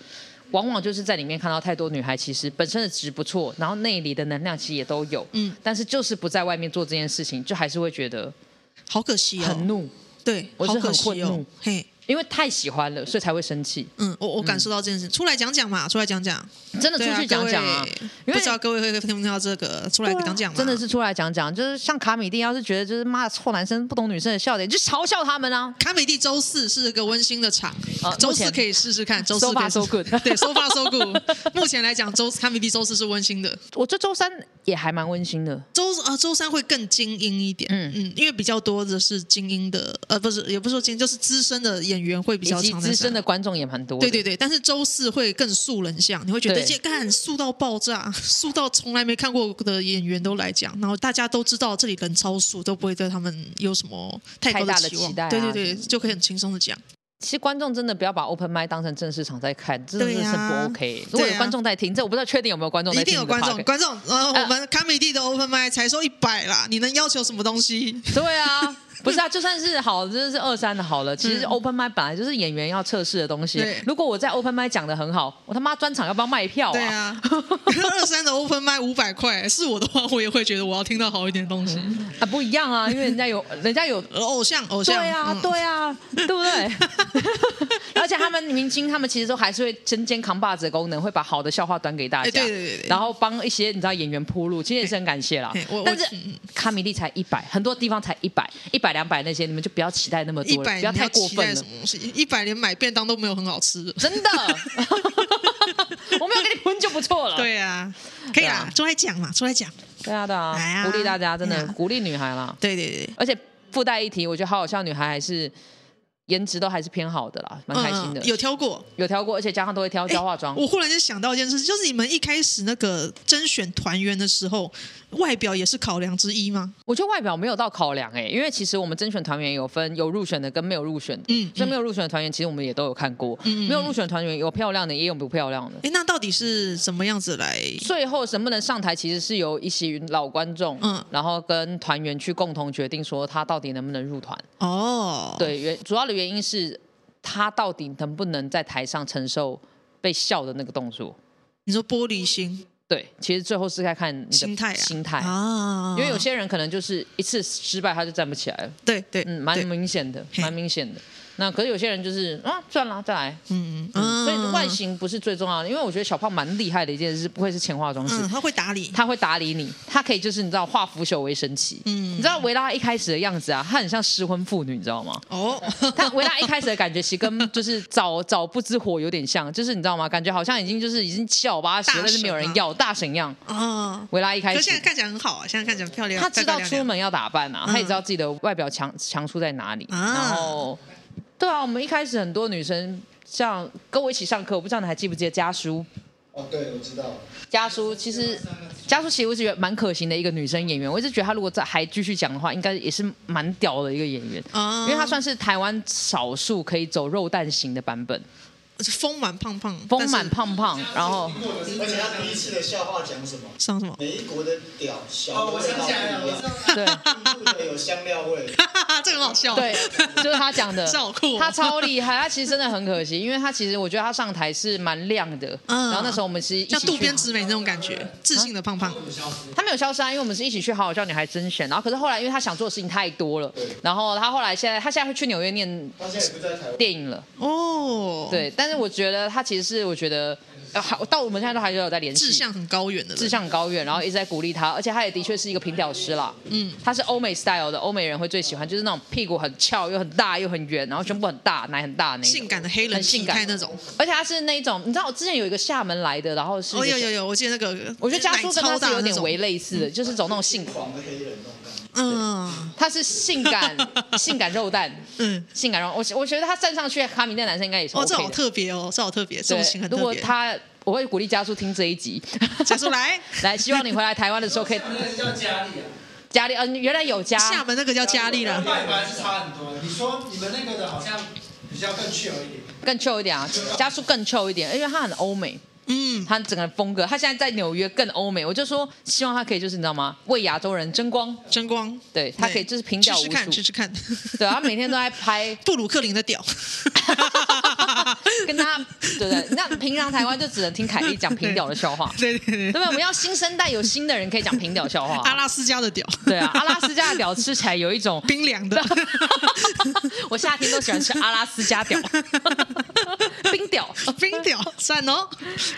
[SPEAKER 2] 往往就是在里面看到太多女孩，其实本身的值不错，然后内里的能量其实也都有，
[SPEAKER 1] 嗯
[SPEAKER 2] 嗯，但是就是不在外面做这件事情，就还是会觉得
[SPEAKER 1] [laughs] 好可惜哦，
[SPEAKER 2] 很怒，
[SPEAKER 1] 对，
[SPEAKER 2] 我
[SPEAKER 1] 好
[SPEAKER 2] 是
[SPEAKER 1] 可
[SPEAKER 2] 很
[SPEAKER 1] 惜
[SPEAKER 2] 愤
[SPEAKER 1] 哦
[SPEAKER 2] 怒，
[SPEAKER 1] 嘿，
[SPEAKER 2] 因为太喜欢了，所以才会生气。
[SPEAKER 1] 嗯，我我感受到这件事，出来讲讲嘛，出来讲讲，
[SPEAKER 2] 真的出
[SPEAKER 1] 对啊
[SPEAKER 2] 去讲讲啊
[SPEAKER 1] 各位，
[SPEAKER 2] 因
[SPEAKER 1] 不
[SPEAKER 2] 为
[SPEAKER 1] 知道各位会听不听到这个，出来讲讲嘛，
[SPEAKER 2] 啊真的是出来讲讲，就是像卡米蒂，要是觉得就是妈的臭男生不懂女生的笑点，就嘲笑他们啊。
[SPEAKER 1] 卡美蒂周四是个温馨的场
[SPEAKER 2] 啊，
[SPEAKER 1] 周
[SPEAKER 2] 目
[SPEAKER 1] 四
[SPEAKER 2] 前
[SPEAKER 1] 可以试试看。周四
[SPEAKER 2] So
[SPEAKER 1] 可以
[SPEAKER 2] far
[SPEAKER 1] 试
[SPEAKER 2] so good
[SPEAKER 1] [laughs] 对，so far so good。目前来讲，周卡美蒂周四是温馨的，
[SPEAKER 2] 我这周三也还蛮温馨的，
[SPEAKER 1] 周啊周三会更精英一点，嗯
[SPEAKER 2] 嗯
[SPEAKER 1] 嗯，因为比较多的是精英的，呃，不是也不是说精英，就是资深的演员会比
[SPEAKER 2] 以
[SPEAKER 1] 较
[SPEAKER 2] 及
[SPEAKER 1] 常在
[SPEAKER 2] 资深
[SPEAKER 1] 上
[SPEAKER 2] 的。观众也蛮多的。
[SPEAKER 1] 对对对，但是周四会更素人像，你会觉得
[SPEAKER 2] 对
[SPEAKER 1] 这干素到爆炸，素到从来没看过的演员都来讲，然后大家都知道这里人超素，都不会对他们有什么太高
[SPEAKER 2] 太大的
[SPEAKER 1] 期望，
[SPEAKER 2] 期待啊
[SPEAKER 1] 对对对，就可以很轻松的讲。
[SPEAKER 2] 其实观众真的不要把 open m i 当成正式场在看，真的
[SPEAKER 1] 对
[SPEAKER 2] 是
[SPEAKER 1] 呀
[SPEAKER 2] 不 OK。如果
[SPEAKER 1] 对呀啊
[SPEAKER 2] 有观众在听，这我不知道确定有没有观众在
[SPEAKER 1] 一定有
[SPEAKER 2] 听我们
[SPEAKER 1] 观
[SPEAKER 2] 的 podcast。
[SPEAKER 1] 众，观众，呃，
[SPEAKER 2] 呃
[SPEAKER 1] 我们卡米蒂的 open m i 才收一百啦，你能要求什么东西？
[SPEAKER 2] 对啊，不是啊，就算是好，就是二三的好
[SPEAKER 1] [laughs]
[SPEAKER 2] 了。其实 open m i 本来就是演员要测试的东西
[SPEAKER 1] 嗯对。
[SPEAKER 2] 如果我在 open m i 讲的很好，我他妈专场要不要卖票
[SPEAKER 1] 对啊， [laughs] 二三的 open m i 五百块，是我的话，我也会觉得我要听到好一点的东西。
[SPEAKER 2] [laughs] 啊，不一样啊，因为人家有，人家有
[SPEAKER 1] 呃偶像，偶像，
[SPEAKER 2] 对啊
[SPEAKER 1] 嗯，
[SPEAKER 2] 对啊， [laughs] 对不对？而且他们明星，他们其实都还是会针尖扛把子的功能，会把好的笑话端给大
[SPEAKER 1] 哎
[SPEAKER 2] 家，
[SPEAKER 1] 对对对对
[SPEAKER 2] 然后帮一些你知道演员铺路，其实也是很感谢啦
[SPEAKER 1] 嘿我我。
[SPEAKER 2] 但是
[SPEAKER 1] 嗯
[SPEAKER 2] 卡米利才一百，很多地方才一百、一百、两百那些，你们就不要期待那么
[SPEAKER 1] 一
[SPEAKER 2] 多了，
[SPEAKER 1] 百
[SPEAKER 2] 不要
[SPEAKER 1] 你
[SPEAKER 2] 太
[SPEAKER 1] 要
[SPEAKER 2] 过
[SPEAKER 1] 期
[SPEAKER 2] 分
[SPEAKER 1] 待
[SPEAKER 2] 了
[SPEAKER 1] 什么，东西？一百连买便当都没有很好吃的。
[SPEAKER 2] 真的。我没有给你喷就不错了。
[SPEAKER 1] 对啊，可以啦
[SPEAKER 2] 对啊，
[SPEAKER 1] 出来讲嘛，出来讲。
[SPEAKER 2] 对啊，对
[SPEAKER 1] 来啊
[SPEAKER 2] 啊，鼓励大家，真
[SPEAKER 1] 哎
[SPEAKER 2] 的
[SPEAKER 1] 呀
[SPEAKER 2] 鼓励女孩啦。
[SPEAKER 1] 对对对对，
[SPEAKER 2] 而且附带一提，我觉得好好笑女孩还是颜值都还是偏好的啦，蛮开心的。
[SPEAKER 1] 嗯有挑过。
[SPEAKER 2] 有挑过，而且加上都会挑
[SPEAKER 1] 哎
[SPEAKER 2] 交化妆。
[SPEAKER 1] 我忽然间想到一件事，就是你们一开始那个甄选团员的时候，外表也是考量之一吗？
[SPEAKER 2] 我觉得外表没有到考量哎、因为其实我们甄选团员有分有入选的跟没有入选的，
[SPEAKER 1] 嗯
[SPEAKER 2] 所以没有入选的团员其实我们也都有看过，
[SPEAKER 1] 嗯嗯
[SPEAKER 2] 没有入选的团员有漂亮的也有不漂亮的。
[SPEAKER 1] 哎，那到底是怎么样子来？
[SPEAKER 2] 最后能不能上台，其实是由一些老观众，
[SPEAKER 1] 嗯
[SPEAKER 2] 然后跟团员去共同决定说他到底能不能入团。
[SPEAKER 1] 哦，，
[SPEAKER 2] 对，原主要的原因是他到底能不能在台上承受被笑的那个动作。
[SPEAKER 1] 你说玻璃心
[SPEAKER 2] 对，其实最后是在看你的
[SPEAKER 1] 心态啊，
[SPEAKER 2] 心态，
[SPEAKER 1] 啊，
[SPEAKER 2] 因为有些人可能就是一次失败他就站不起来了。
[SPEAKER 1] 对对，
[SPEAKER 2] 嗯，蛮
[SPEAKER 1] 对
[SPEAKER 2] 明显的，
[SPEAKER 1] 嘿
[SPEAKER 2] 蛮明显的。那可是有些人就是啊，算了，再来。
[SPEAKER 1] 嗯
[SPEAKER 2] 嗯，
[SPEAKER 1] 嗯，
[SPEAKER 2] 所以外形不是最重要的，因为我觉得小胖蛮厉害的一件事，不愧是前化妆师，
[SPEAKER 1] 嗯，他会打理，
[SPEAKER 2] 他会打理你，他可以就是你知道化腐朽为神奇。
[SPEAKER 1] 嗯
[SPEAKER 2] 嗯，你知道维拉一开始的样子啊，她很像失婚妇女，你知道吗？ [laughs]
[SPEAKER 1] 哦，
[SPEAKER 2] 她维拉一开始的感觉，其实跟就是早 [laughs] 早不知火有点像，就是你知道吗？感觉好像已经就是已经七老八十
[SPEAKER 1] 大
[SPEAKER 2] 了，但是没有
[SPEAKER 1] 神
[SPEAKER 2] 人
[SPEAKER 1] 啊
[SPEAKER 2] 要大神样。
[SPEAKER 1] 啊，
[SPEAKER 2] 维拉一开
[SPEAKER 1] 可
[SPEAKER 2] 始
[SPEAKER 1] 是现在看起来很好啊，现在看起来很漂亮，
[SPEAKER 2] 他知
[SPEAKER 1] 漂漂
[SPEAKER 2] 道
[SPEAKER 1] 亮
[SPEAKER 2] 出
[SPEAKER 1] 亮
[SPEAKER 2] 门要打扮啊，
[SPEAKER 1] 嗯
[SPEAKER 2] 他也知道自己的外表强强处在哪里。
[SPEAKER 1] 啊
[SPEAKER 2] 然后，对啊，我们一开始很多女生像跟我一起上课，我不知道你还记不记得家书？
[SPEAKER 5] 哦，对，我知道。
[SPEAKER 2] 家书其实，家书其实我觉得蛮可行的一个女生演员。我一直觉得她如果再还继续讲的话，应该也是蛮屌的一个演员，
[SPEAKER 1] 啊，
[SPEAKER 2] 因为她算是台湾少数可以走肉蛋型的版本，
[SPEAKER 1] 丰满胖胖，
[SPEAKER 2] 丰满
[SPEAKER 1] 但是
[SPEAKER 2] 胖胖，然后
[SPEAKER 5] 而且他第一次的笑话讲什么？
[SPEAKER 1] 上
[SPEAKER 2] [laughs]
[SPEAKER 1] 什么？
[SPEAKER 5] 每一国的屌小的
[SPEAKER 3] 哦，我
[SPEAKER 5] 味
[SPEAKER 3] 想
[SPEAKER 5] 道
[SPEAKER 3] 起来了，
[SPEAKER 5] 不一
[SPEAKER 3] 我知
[SPEAKER 5] 样，
[SPEAKER 3] 道了。
[SPEAKER 2] 对。
[SPEAKER 5] 印度的有香料味，
[SPEAKER 1] 哈哈哈，这个很好笑，
[SPEAKER 2] 对，就是他
[SPEAKER 1] [laughs]
[SPEAKER 2] 讲的，
[SPEAKER 1] 这好酷哦
[SPEAKER 2] 他超厉害。他其实真的很可惜，因为他其实我觉得他上台是蛮亮的。
[SPEAKER 1] 嗯
[SPEAKER 2] 然后那时候我们是一
[SPEAKER 1] [laughs]
[SPEAKER 2] 起
[SPEAKER 1] 像渡
[SPEAKER 2] 去
[SPEAKER 1] 边，直美那种感觉，自信的胖
[SPEAKER 2] 啊
[SPEAKER 1] 胖，
[SPEAKER 2] 他没有消失啊，因为我们是一起去好好叫女孩甄选。然后可是后来，因为他想做的事情太多了，然后他后来现在他现在会去纽约念
[SPEAKER 5] 他现在也不在台湾。
[SPEAKER 2] 电影了。
[SPEAKER 1] 哦，，
[SPEAKER 2] 对，但是我觉得他其实是我觉得，呃，还到我们现在都还有在联系。
[SPEAKER 1] 志向很高远的人，
[SPEAKER 2] 志向高远，然后一直在鼓励他，而且他也的确是一个平屌师啦。
[SPEAKER 1] 嗯
[SPEAKER 2] 嗯，他是欧美 style 的，欧美人会最喜欢，就是那种屁股很翘又很大又很圆，然后胸部很大，奶很大那一种
[SPEAKER 1] 性感的黑人
[SPEAKER 2] 很性
[SPEAKER 1] 体态
[SPEAKER 2] 感
[SPEAKER 1] 那种。
[SPEAKER 2] 而且他是那一种，你知道我之前有一个厦门来的，然后是一
[SPEAKER 1] 哦，
[SPEAKER 2] 个
[SPEAKER 1] 有有有，我记得那个，
[SPEAKER 2] 我觉得家
[SPEAKER 1] 奶
[SPEAKER 2] 叔跟他
[SPEAKER 1] 超大
[SPEAKER 2] 是有
[SPEAKER 1] 那
[SPEAKER 2] 点
[SPEAKER 1] 种
[SPEAKER 2] 为，类似的，就是走那种性，
[SPEAKER 5] 黄的黑人那种感觉，
[SPEAKER 1] 嗯
[SPEAKER 2] 他是性
[SPEAKER 1] [laughs]
[SPEAKER 2] 感性感肉蛋，
[SPEAKER 1] 嗯，
[SPEAKER 2] 性感肉，我我觉得他站上去，卡米那男生应该也是
[SPEAKER 1] 哦，这
[SPEAKER 2] OK
[SPEAKER 1] 好
[SPEAKER 2] 的。
[SPEAKER 1] 特别哦，这好特别，这种型
[SPEAKER 2] 对，
[SPEAKER 1] 很
[SPEAKER 2] 如
[SPEAKER 1] 特
[SPEAKER 2] 果
[SPEAKER 1] 别。
[SPEAKER 2] 他，我会鼓励家叔听这一集。
[SPEAKER 1] 家叔来
[SPEAKER 2] [laughs] 来，希望你回来台湾的时候可以
[SPEAKER 3] 那是叫家里啊，
[SPEAKER 2] 家里，呃，原来有家，
[SPEAKER 1] 厦门那个叫佳丽啦，
[SPEAKER 3] 外观是差很多。你说你们那个的好像比较更去有一点，
[SPEAKER 2] 更 chill 一点啊，加速更 chill 一点，因为他很欧美，
[SPEAKER 1] 嗯，
[SPEAKER 2] 他整个风格，他现在在纽约更欧美，我就说希望他可以就是你知道吗，为亚洲人争光，
[SPEAKER 1] 争光，
[SPEAKER 2] 对他可以就是平
[SPEAKER 1] 试
[SPEAKER 2] 掉无
[SPEAKER 1] 试看，试
[SPEAKER 2] 数，
[SPEAKER 1] 试看，，
[SPEAKER 2] [laughs] 对，啊他每天都在拍
[SPEAKER 1] 布鲁克林的屌，
[SPEAKER 2] [laughs] 跟他对不对？那平常台湾就只能听凯莉讲平屌的笑话，
[SPEAKER 1] 对对
[SPEAKER 2] 对
[SPEAKER 1] 对，
[SPEAKER 2] 吧？我们要新生代有新的人可以讲平屌笑话，
[SPEAKER 1] 阿拉斯加的屌，
[SPEAKER 2] 对啊，阿拉斯加的屌吃起来有一种
[SPEAKER 1] [laughs]
[SPEAKER 2] [laughs]
[SPEAKER 1] 冰凉的，
[SPEAKER 2] 我夏天都喜欢吃阿拉斯加屌，冰屌。
[SPEAKER 1] 冰屌，赞哦，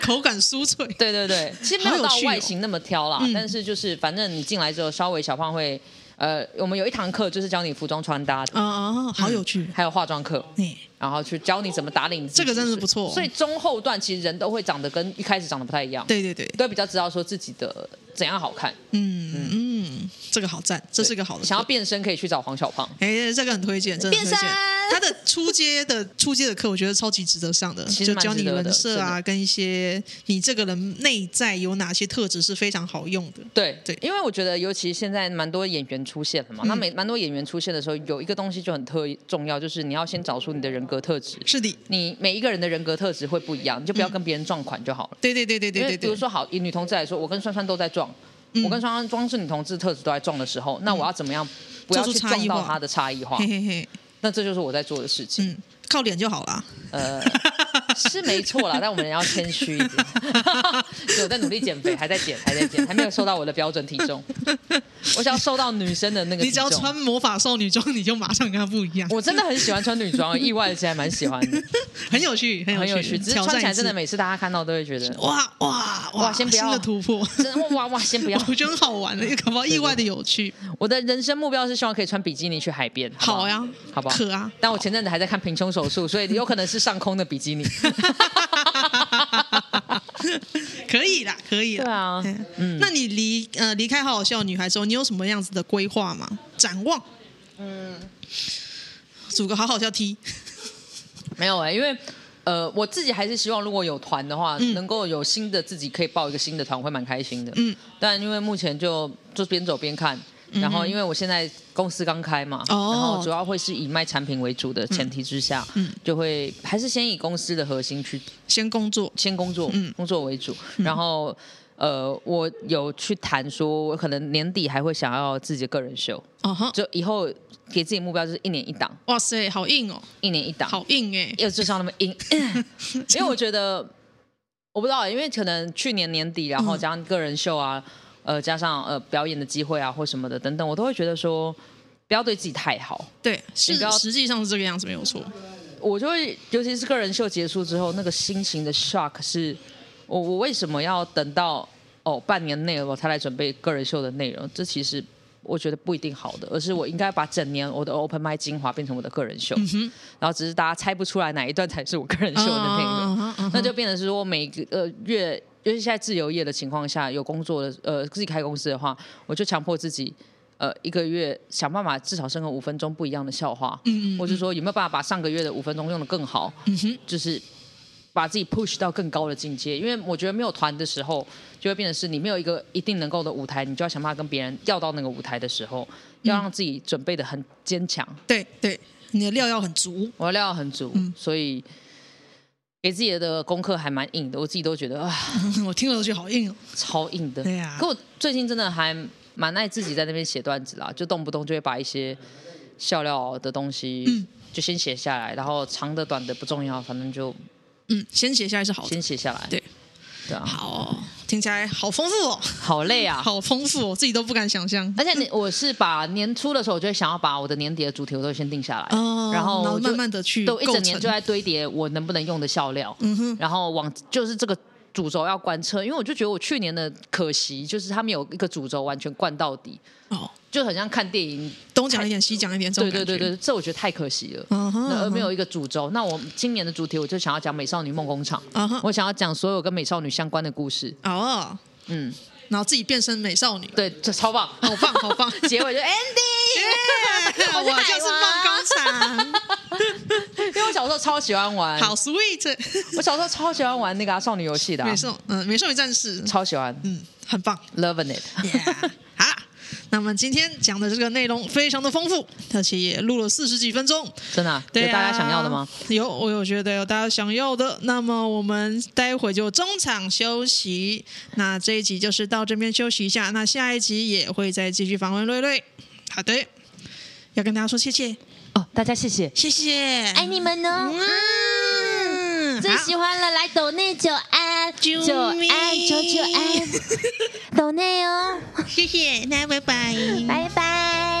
[SPEAKER 1] 口感酥脆，
[SPEAKER 2] 对对对，其实没
[SPEAKER 1] 好
[SPEAKER 2] 有
[SPEAKER 1] 有
[SPEAKER 2] 到
[SPEAKER 1] 趣哦
[SPEAKER 2] 外形那么挑啦，
[SPEAKER 1] 嗯
[SPEAKER 2] 但是就是反正你进来之后，稍微小胖会，呃，我们有一堂课就是教你服装穿搭的，
[SPEAKER 1] 啊，
[SPEAKER 2] 嗯
[SPEAKER 1] 好有趣，
[SPEAKER 2] 还有化妆课，
[SPEAKER 1] 哎，
[SPEAKER 2] 然后去教你怎么打理你自己
[SPEAKER 1] 这个真的是不错
[SPEAKER 2] 所以中后段其实人都会长得跟一开始长得不太一样，，
[SPEAKER 1] 对对对，
[SPEAKER 2] 都会比较知道说自己的怎样好看。
[SPEAKER 1] 嗯嗯，这个好赞，这是个好的课，
[SPEAKER 2] 想要变身可以去找黄小胖，
[SPEAKER 1] 哎，这个很推荐，真的很推
[SPEAKER 4] 变
[SPEAKER 1] 荐
[SPEAKER 4] 身。
[SPEAKER 1] 他的初阶的初阶的课，我觉得超级值得上的，
[SPEAKER 2] 其
[SPEAKER 1] 就
[SPEAKER 2] 实蛮
[SPEAKER 1] 教你
[SPEAKER 2] 值得的
[SPEAKER 1] 人设啊，跟一些你这个人内在有哪些特质是非常好用的。
[SPEAKER 2] 对
[SPEAKER 1] 对嗯
[SPEAKER 2] 因为我觉得尤其现在蛮多演员出现了嘛，那每蛮多演员出现的时候，有一个东西就很特重要，就是你要先找出你的人格特质。
[SPEAKER 1] 是的，
[SPEAKER 2] 你每一个人的人格特质会不一样，你就不要跟别人撞款就好了。
[SPEAKER 1] 对对对对
[SPEAKER 2] 因
[SPEAKER 1] 对
[SPEAKER 2] 为比
[SPEAKER 1] 对嗯
[SPEAKER 2] 如
[SPEAKER 1] 对，
[SPEAKER 2] 说，好以女同志来说，我跟酸酸都在撞，我跟酸酸光是女同志特质都在撞的时候，那我要怎么样不要
[SPEAKER 1] 嗯做
[SPEAKER 2] 去
[SPEAKER 1] 出差
[SPEAKER 2] 撞
[SPEAKER 1] 异
[SPEAKER 2] 到
[SPEAKER 1] 化
[SPEAKER 2] 她的差
[SPEAKER 1] [laughs]
[SPEAKER 2] 异化
[SPEAKER 1] 嘿？嘿嘿，
[SPEAKER 2] 那这就是我在做的事情。
[SPEAKER 1] 嗯，靠脸就好啦。
[SPEAKER 2] 呃， [laughs] 是没错
[SPEAKER 1] [laughs]
[SPEAKER 2] 啦，但我们要谦虚一点。 [laughs] 对我在努力减肥，还在减，还在减，还没有瘦到我的标准体重。我想要瘦到女生的那个
[SPEAKER 1] 你
[SPEAKER 2] 体
[SPEAKER 1] 只要
[SPEAKER 2] 重。
[SPEAKER 1] 穿魔法少女装，你就马上跟他不一样，
[SPEAKER 2] 我真的很喜欢穿女装，意外的竟然蛮喜欢
[SPEAKER 1] [laughs]
[SPEAKER 2] 的，
[SPEAKER 1] 很有趣，很
[SPEAKER 2] 很有
[SPEAKER 1] 趣，
[SPEAKER 2] 趣。只是
[SPEAKER 1] 挑
[SPEAKER 2] 穿
[SPEAKER 1] 战
[SPEAKER 2] 起来真的
[SPEAKER 1] 一次
[SPEAKER 2] 每次大家看到都会觉得，
[SPEAKER 1] 哇哇
[SPEAKER 2] 哇先不要
[SPEAKER 1] 新的突破，
[SPEAKER 2] 真的哇哇，先不要。
[SPEAKER 1] [laughs] 我觉得很好玩的，又搞不好意外的有趣。
[SPEAKER 2] 我的人生目标是希望可以穿比基尼去海边，好不
[SPEAKER 1] 好呀
[SPEAKER 2] 好不好？
[SPEAKER 1] 可
[SPEAKER 2] [laughs]
[SPEAKER 1] 啊
[SPEAKER 2] 但我前阵子还在看平胸手术，所以有可能是上空的比基尼。 [laughs]
[SPEAKER 1] 可以啦，可以啦。
[SPEAKER 2] 对啊
[SPEAKER 1] 嗯，那你离呃离开好好笑女孩之后，你有什么样子的规划吗？展望？嗯，组个好好笑 T， [laughs]
[SPEAKER 2] 没有哎、因为呃，我自己还是希望如果有团的话，能够有新的自己可以报一个新的团，我会蛮开心的。
[SPEAKER 1] 嗯，
[SPEAKER 2] 但因为目前就就边走边看。然后，因为我现在公司刚开嘛，
[SPEAKER 1] 哦嗯
[SPEAKER 2] 然后主要会是以卖产品为主的前提之下，就会还是先以公司的核心去
[SPEAKER 1] 先工作。
[SPEAKER 2] 先工作，
[SPEAKER 1] 嗯
[SPEAKER 2] 工作为主，然后。呃，我有去谈说，我可能年底还会想要自己的个人秀，
[SPEAKER 1] 哦哈，
[SPEAKER 2] 就以后给自己目标就是一年一档，
[SPEAKER 1] 哇塞，好硬哦，
[SPEAKER 2] 一年一档，
[SPEAKER 1] 好硬哎、
[SPEAKER 2] 又就像那么硬，因为我觉得我不知道，因为可能去年年底，然后加上个人秀啊，呃，加上呃表演的机会啊或什么的等等，我都会觉得说不要对自己太好，
[SPEAKER 1] 对，
[SPEAKER 2] 你
[SPEAKER 1] 是
[SPEAKER 2] 不要
[SPEAKER 1] 实际上是这个样子，没有错。
[SPEAKER 2] 我就会，尤其是个人秀结束之后，那个心情的 shock 是，我我为什么要等到哦半年内我才来准备个人秀的内容？这其实我觉得不一定好的，而是我应该把整年我的 open mic 精华变成我的个人秀，然后只是大家猜不出来哪一段才是我个人秀的内容，
[SPEAKER 1] 嗯哼嗯哼
[SPEAKER 2] 那就变成是说每个呃月。尤其现在自由业的情况下，有工作的呃自己开公司的话，我就强迫自己呃一个月想办法至少生个五分钟不一样的笑话，嗯嗯或者说有没有办法把上个月的五分钟用的更好，嗯哼，就是把自己 push 到更高的境界。因为我觉得没有团的时候，就会变成是你没有一个一定能够的舞台，你就要想办法跟别人要到那个舞台的时候，要让自己准备的很坚强，
[SPEAKER 1] 对对，你的料要很足。 [laughs]
[SPEAKER 2] 我的料要很足，
[SPEAKER 1] 嗯
[SPEAKER 2] 所以。给自己的功课还蛮硬的，我自己都觉得啊，
[SPEAKER 1] 我听了就觉得好硬哦。
[SPEAKER 2] 超硬的。
[SPEAKER 1] 嗯对啊
[SPEAKER 2] 可我最近真的还蛮爱自己在那边写段子啦，就动不动就会把一些笑料的东
[SPEAKER 1] 嗯
[SPEAKER 2] 西就先写下来，然后长的短的不重要，反正就
[SPEAKER 1] 嗯，先写下来是好的
[SPEAKER 2] 先。写下来。
[SPEAKER 1] 对
[SPEAKER 2] 对啊，
[SPEAKER 1] 好哦、听起来好丰富哦，
[SPEAKER 2] 好累啊。
[SPEAKER 1] 好丰富哦，自己都不敢想象。
[SPEAKER 2] 而且你我是把年初的时候，我就会想要把我的年底的主题我都先定下来，
[SPEAKER 1] 哦
[SPEAKER 2] 然后
[SPEAKER 1] 然后
[SPEAKER 2] 我就
[SPEAKER 1] 慢慢地去
[SPEAKER 2] 对，我一整
[SPEAKER 1] 构
[SPEAKER 2] 年
[SPEAKER 1] 成
[SPEAKER 2] 就在堆叠我能不能用的笑料，然后往就是这个主轴要贯彻，因为我就觉得我去年的可惜就是他们有一个主轴完全贯到底，
[SPEAKER 1] 哦，
[SPEAKER 2] 就很像看电影
[SPEAKER 1] 东讲一点，西讲一点，这种
[SPEAKER 2] 对对
[SPEAKER 1] 感
[SPEAKER 2] 对
[SPEAKER 1] 觉。
[SPEAKER 2] 对，这我觉得太可惜了。
[SPEAKER 1] 嗯哼
[SPEAKER 2] 那而呃
[SPEAKER 1] 嗯
[SPEAKER 2] 没
[SPEAKER 1] 哼
[SPEAKER 2] 有一个主轴。那我今年的主题，我就想要讲美少女梦工厂
[SPEAKER 1] 嗯哼
[SPEAKER 2] 我想要讲所有跟美少女相关的故事。
[SPEAKER 1] 哦，
[SPEAKER 2] 嗯，
[SPEAKER 1] 然后自己变身美少女，
[SPEAKER 2] 对，这超 [laughs] 棒，
[SPEAKER 1] 好棒好棒
[SPEAKER 2] 结尾就 Andy，
[SPEAKER 1] 我
[SPEAKER 2] 海
[SPEAKER 1] 就是梦
[SPEAKER 2] 王啊
[SPEAKER 1] 工厂，
[SPEAKER 2] 因为我小时候超喜欢玩，
[SPEAKER 1] 好
[SPEAKER 2] [laughs]
[SPEAKER 1] sweet，
[SPEAKER 2] 我小时候超喜欢玩那个啊、少女游戏的啊、
[SPEAKER 1] 美少嗯美少女战士，
[SPEAKER 2] 超喜欢
[SPEAKER 1] 嗯，很棒
[SPEAKER 2] ，loving it。
[SPEAKER 1] ，yeah，好啦，那么今天讲的这个内容非常的丰富，而且也录了四十几分钟。
[SPEAKER 2] [laughs] 真的啊、
[SPEAKER 1] 对、
[SPEAKER 2] 有大家想要的吗？？
[SPEAKER 1] 有，我有觉得有大家想要的。那么我们待会就中场休息，那这一集就是到这边休息一下。那下一集也会再继续访问瑞瑞。好的，要跟大家说谢谢，
[SPEAKER 2] 哦，大家谢谢。
[SPEAKER 1] 谢谢，
[SPEAKER 4] 爱
[SPEAKER 2] 哎
[SPEAKER 4] 你们哦。嗯，最喜欢了，来抖内九安，
[SPEAKER 1] 啾
[SPEAKER 4] 九安，
[SPEAKER 1] 咪
[SPEAKER 4] 九九安，抖内哦，
[SPEAKER 1] 谢谢，那拜拜。
[SPEAKER 4] 拜拜。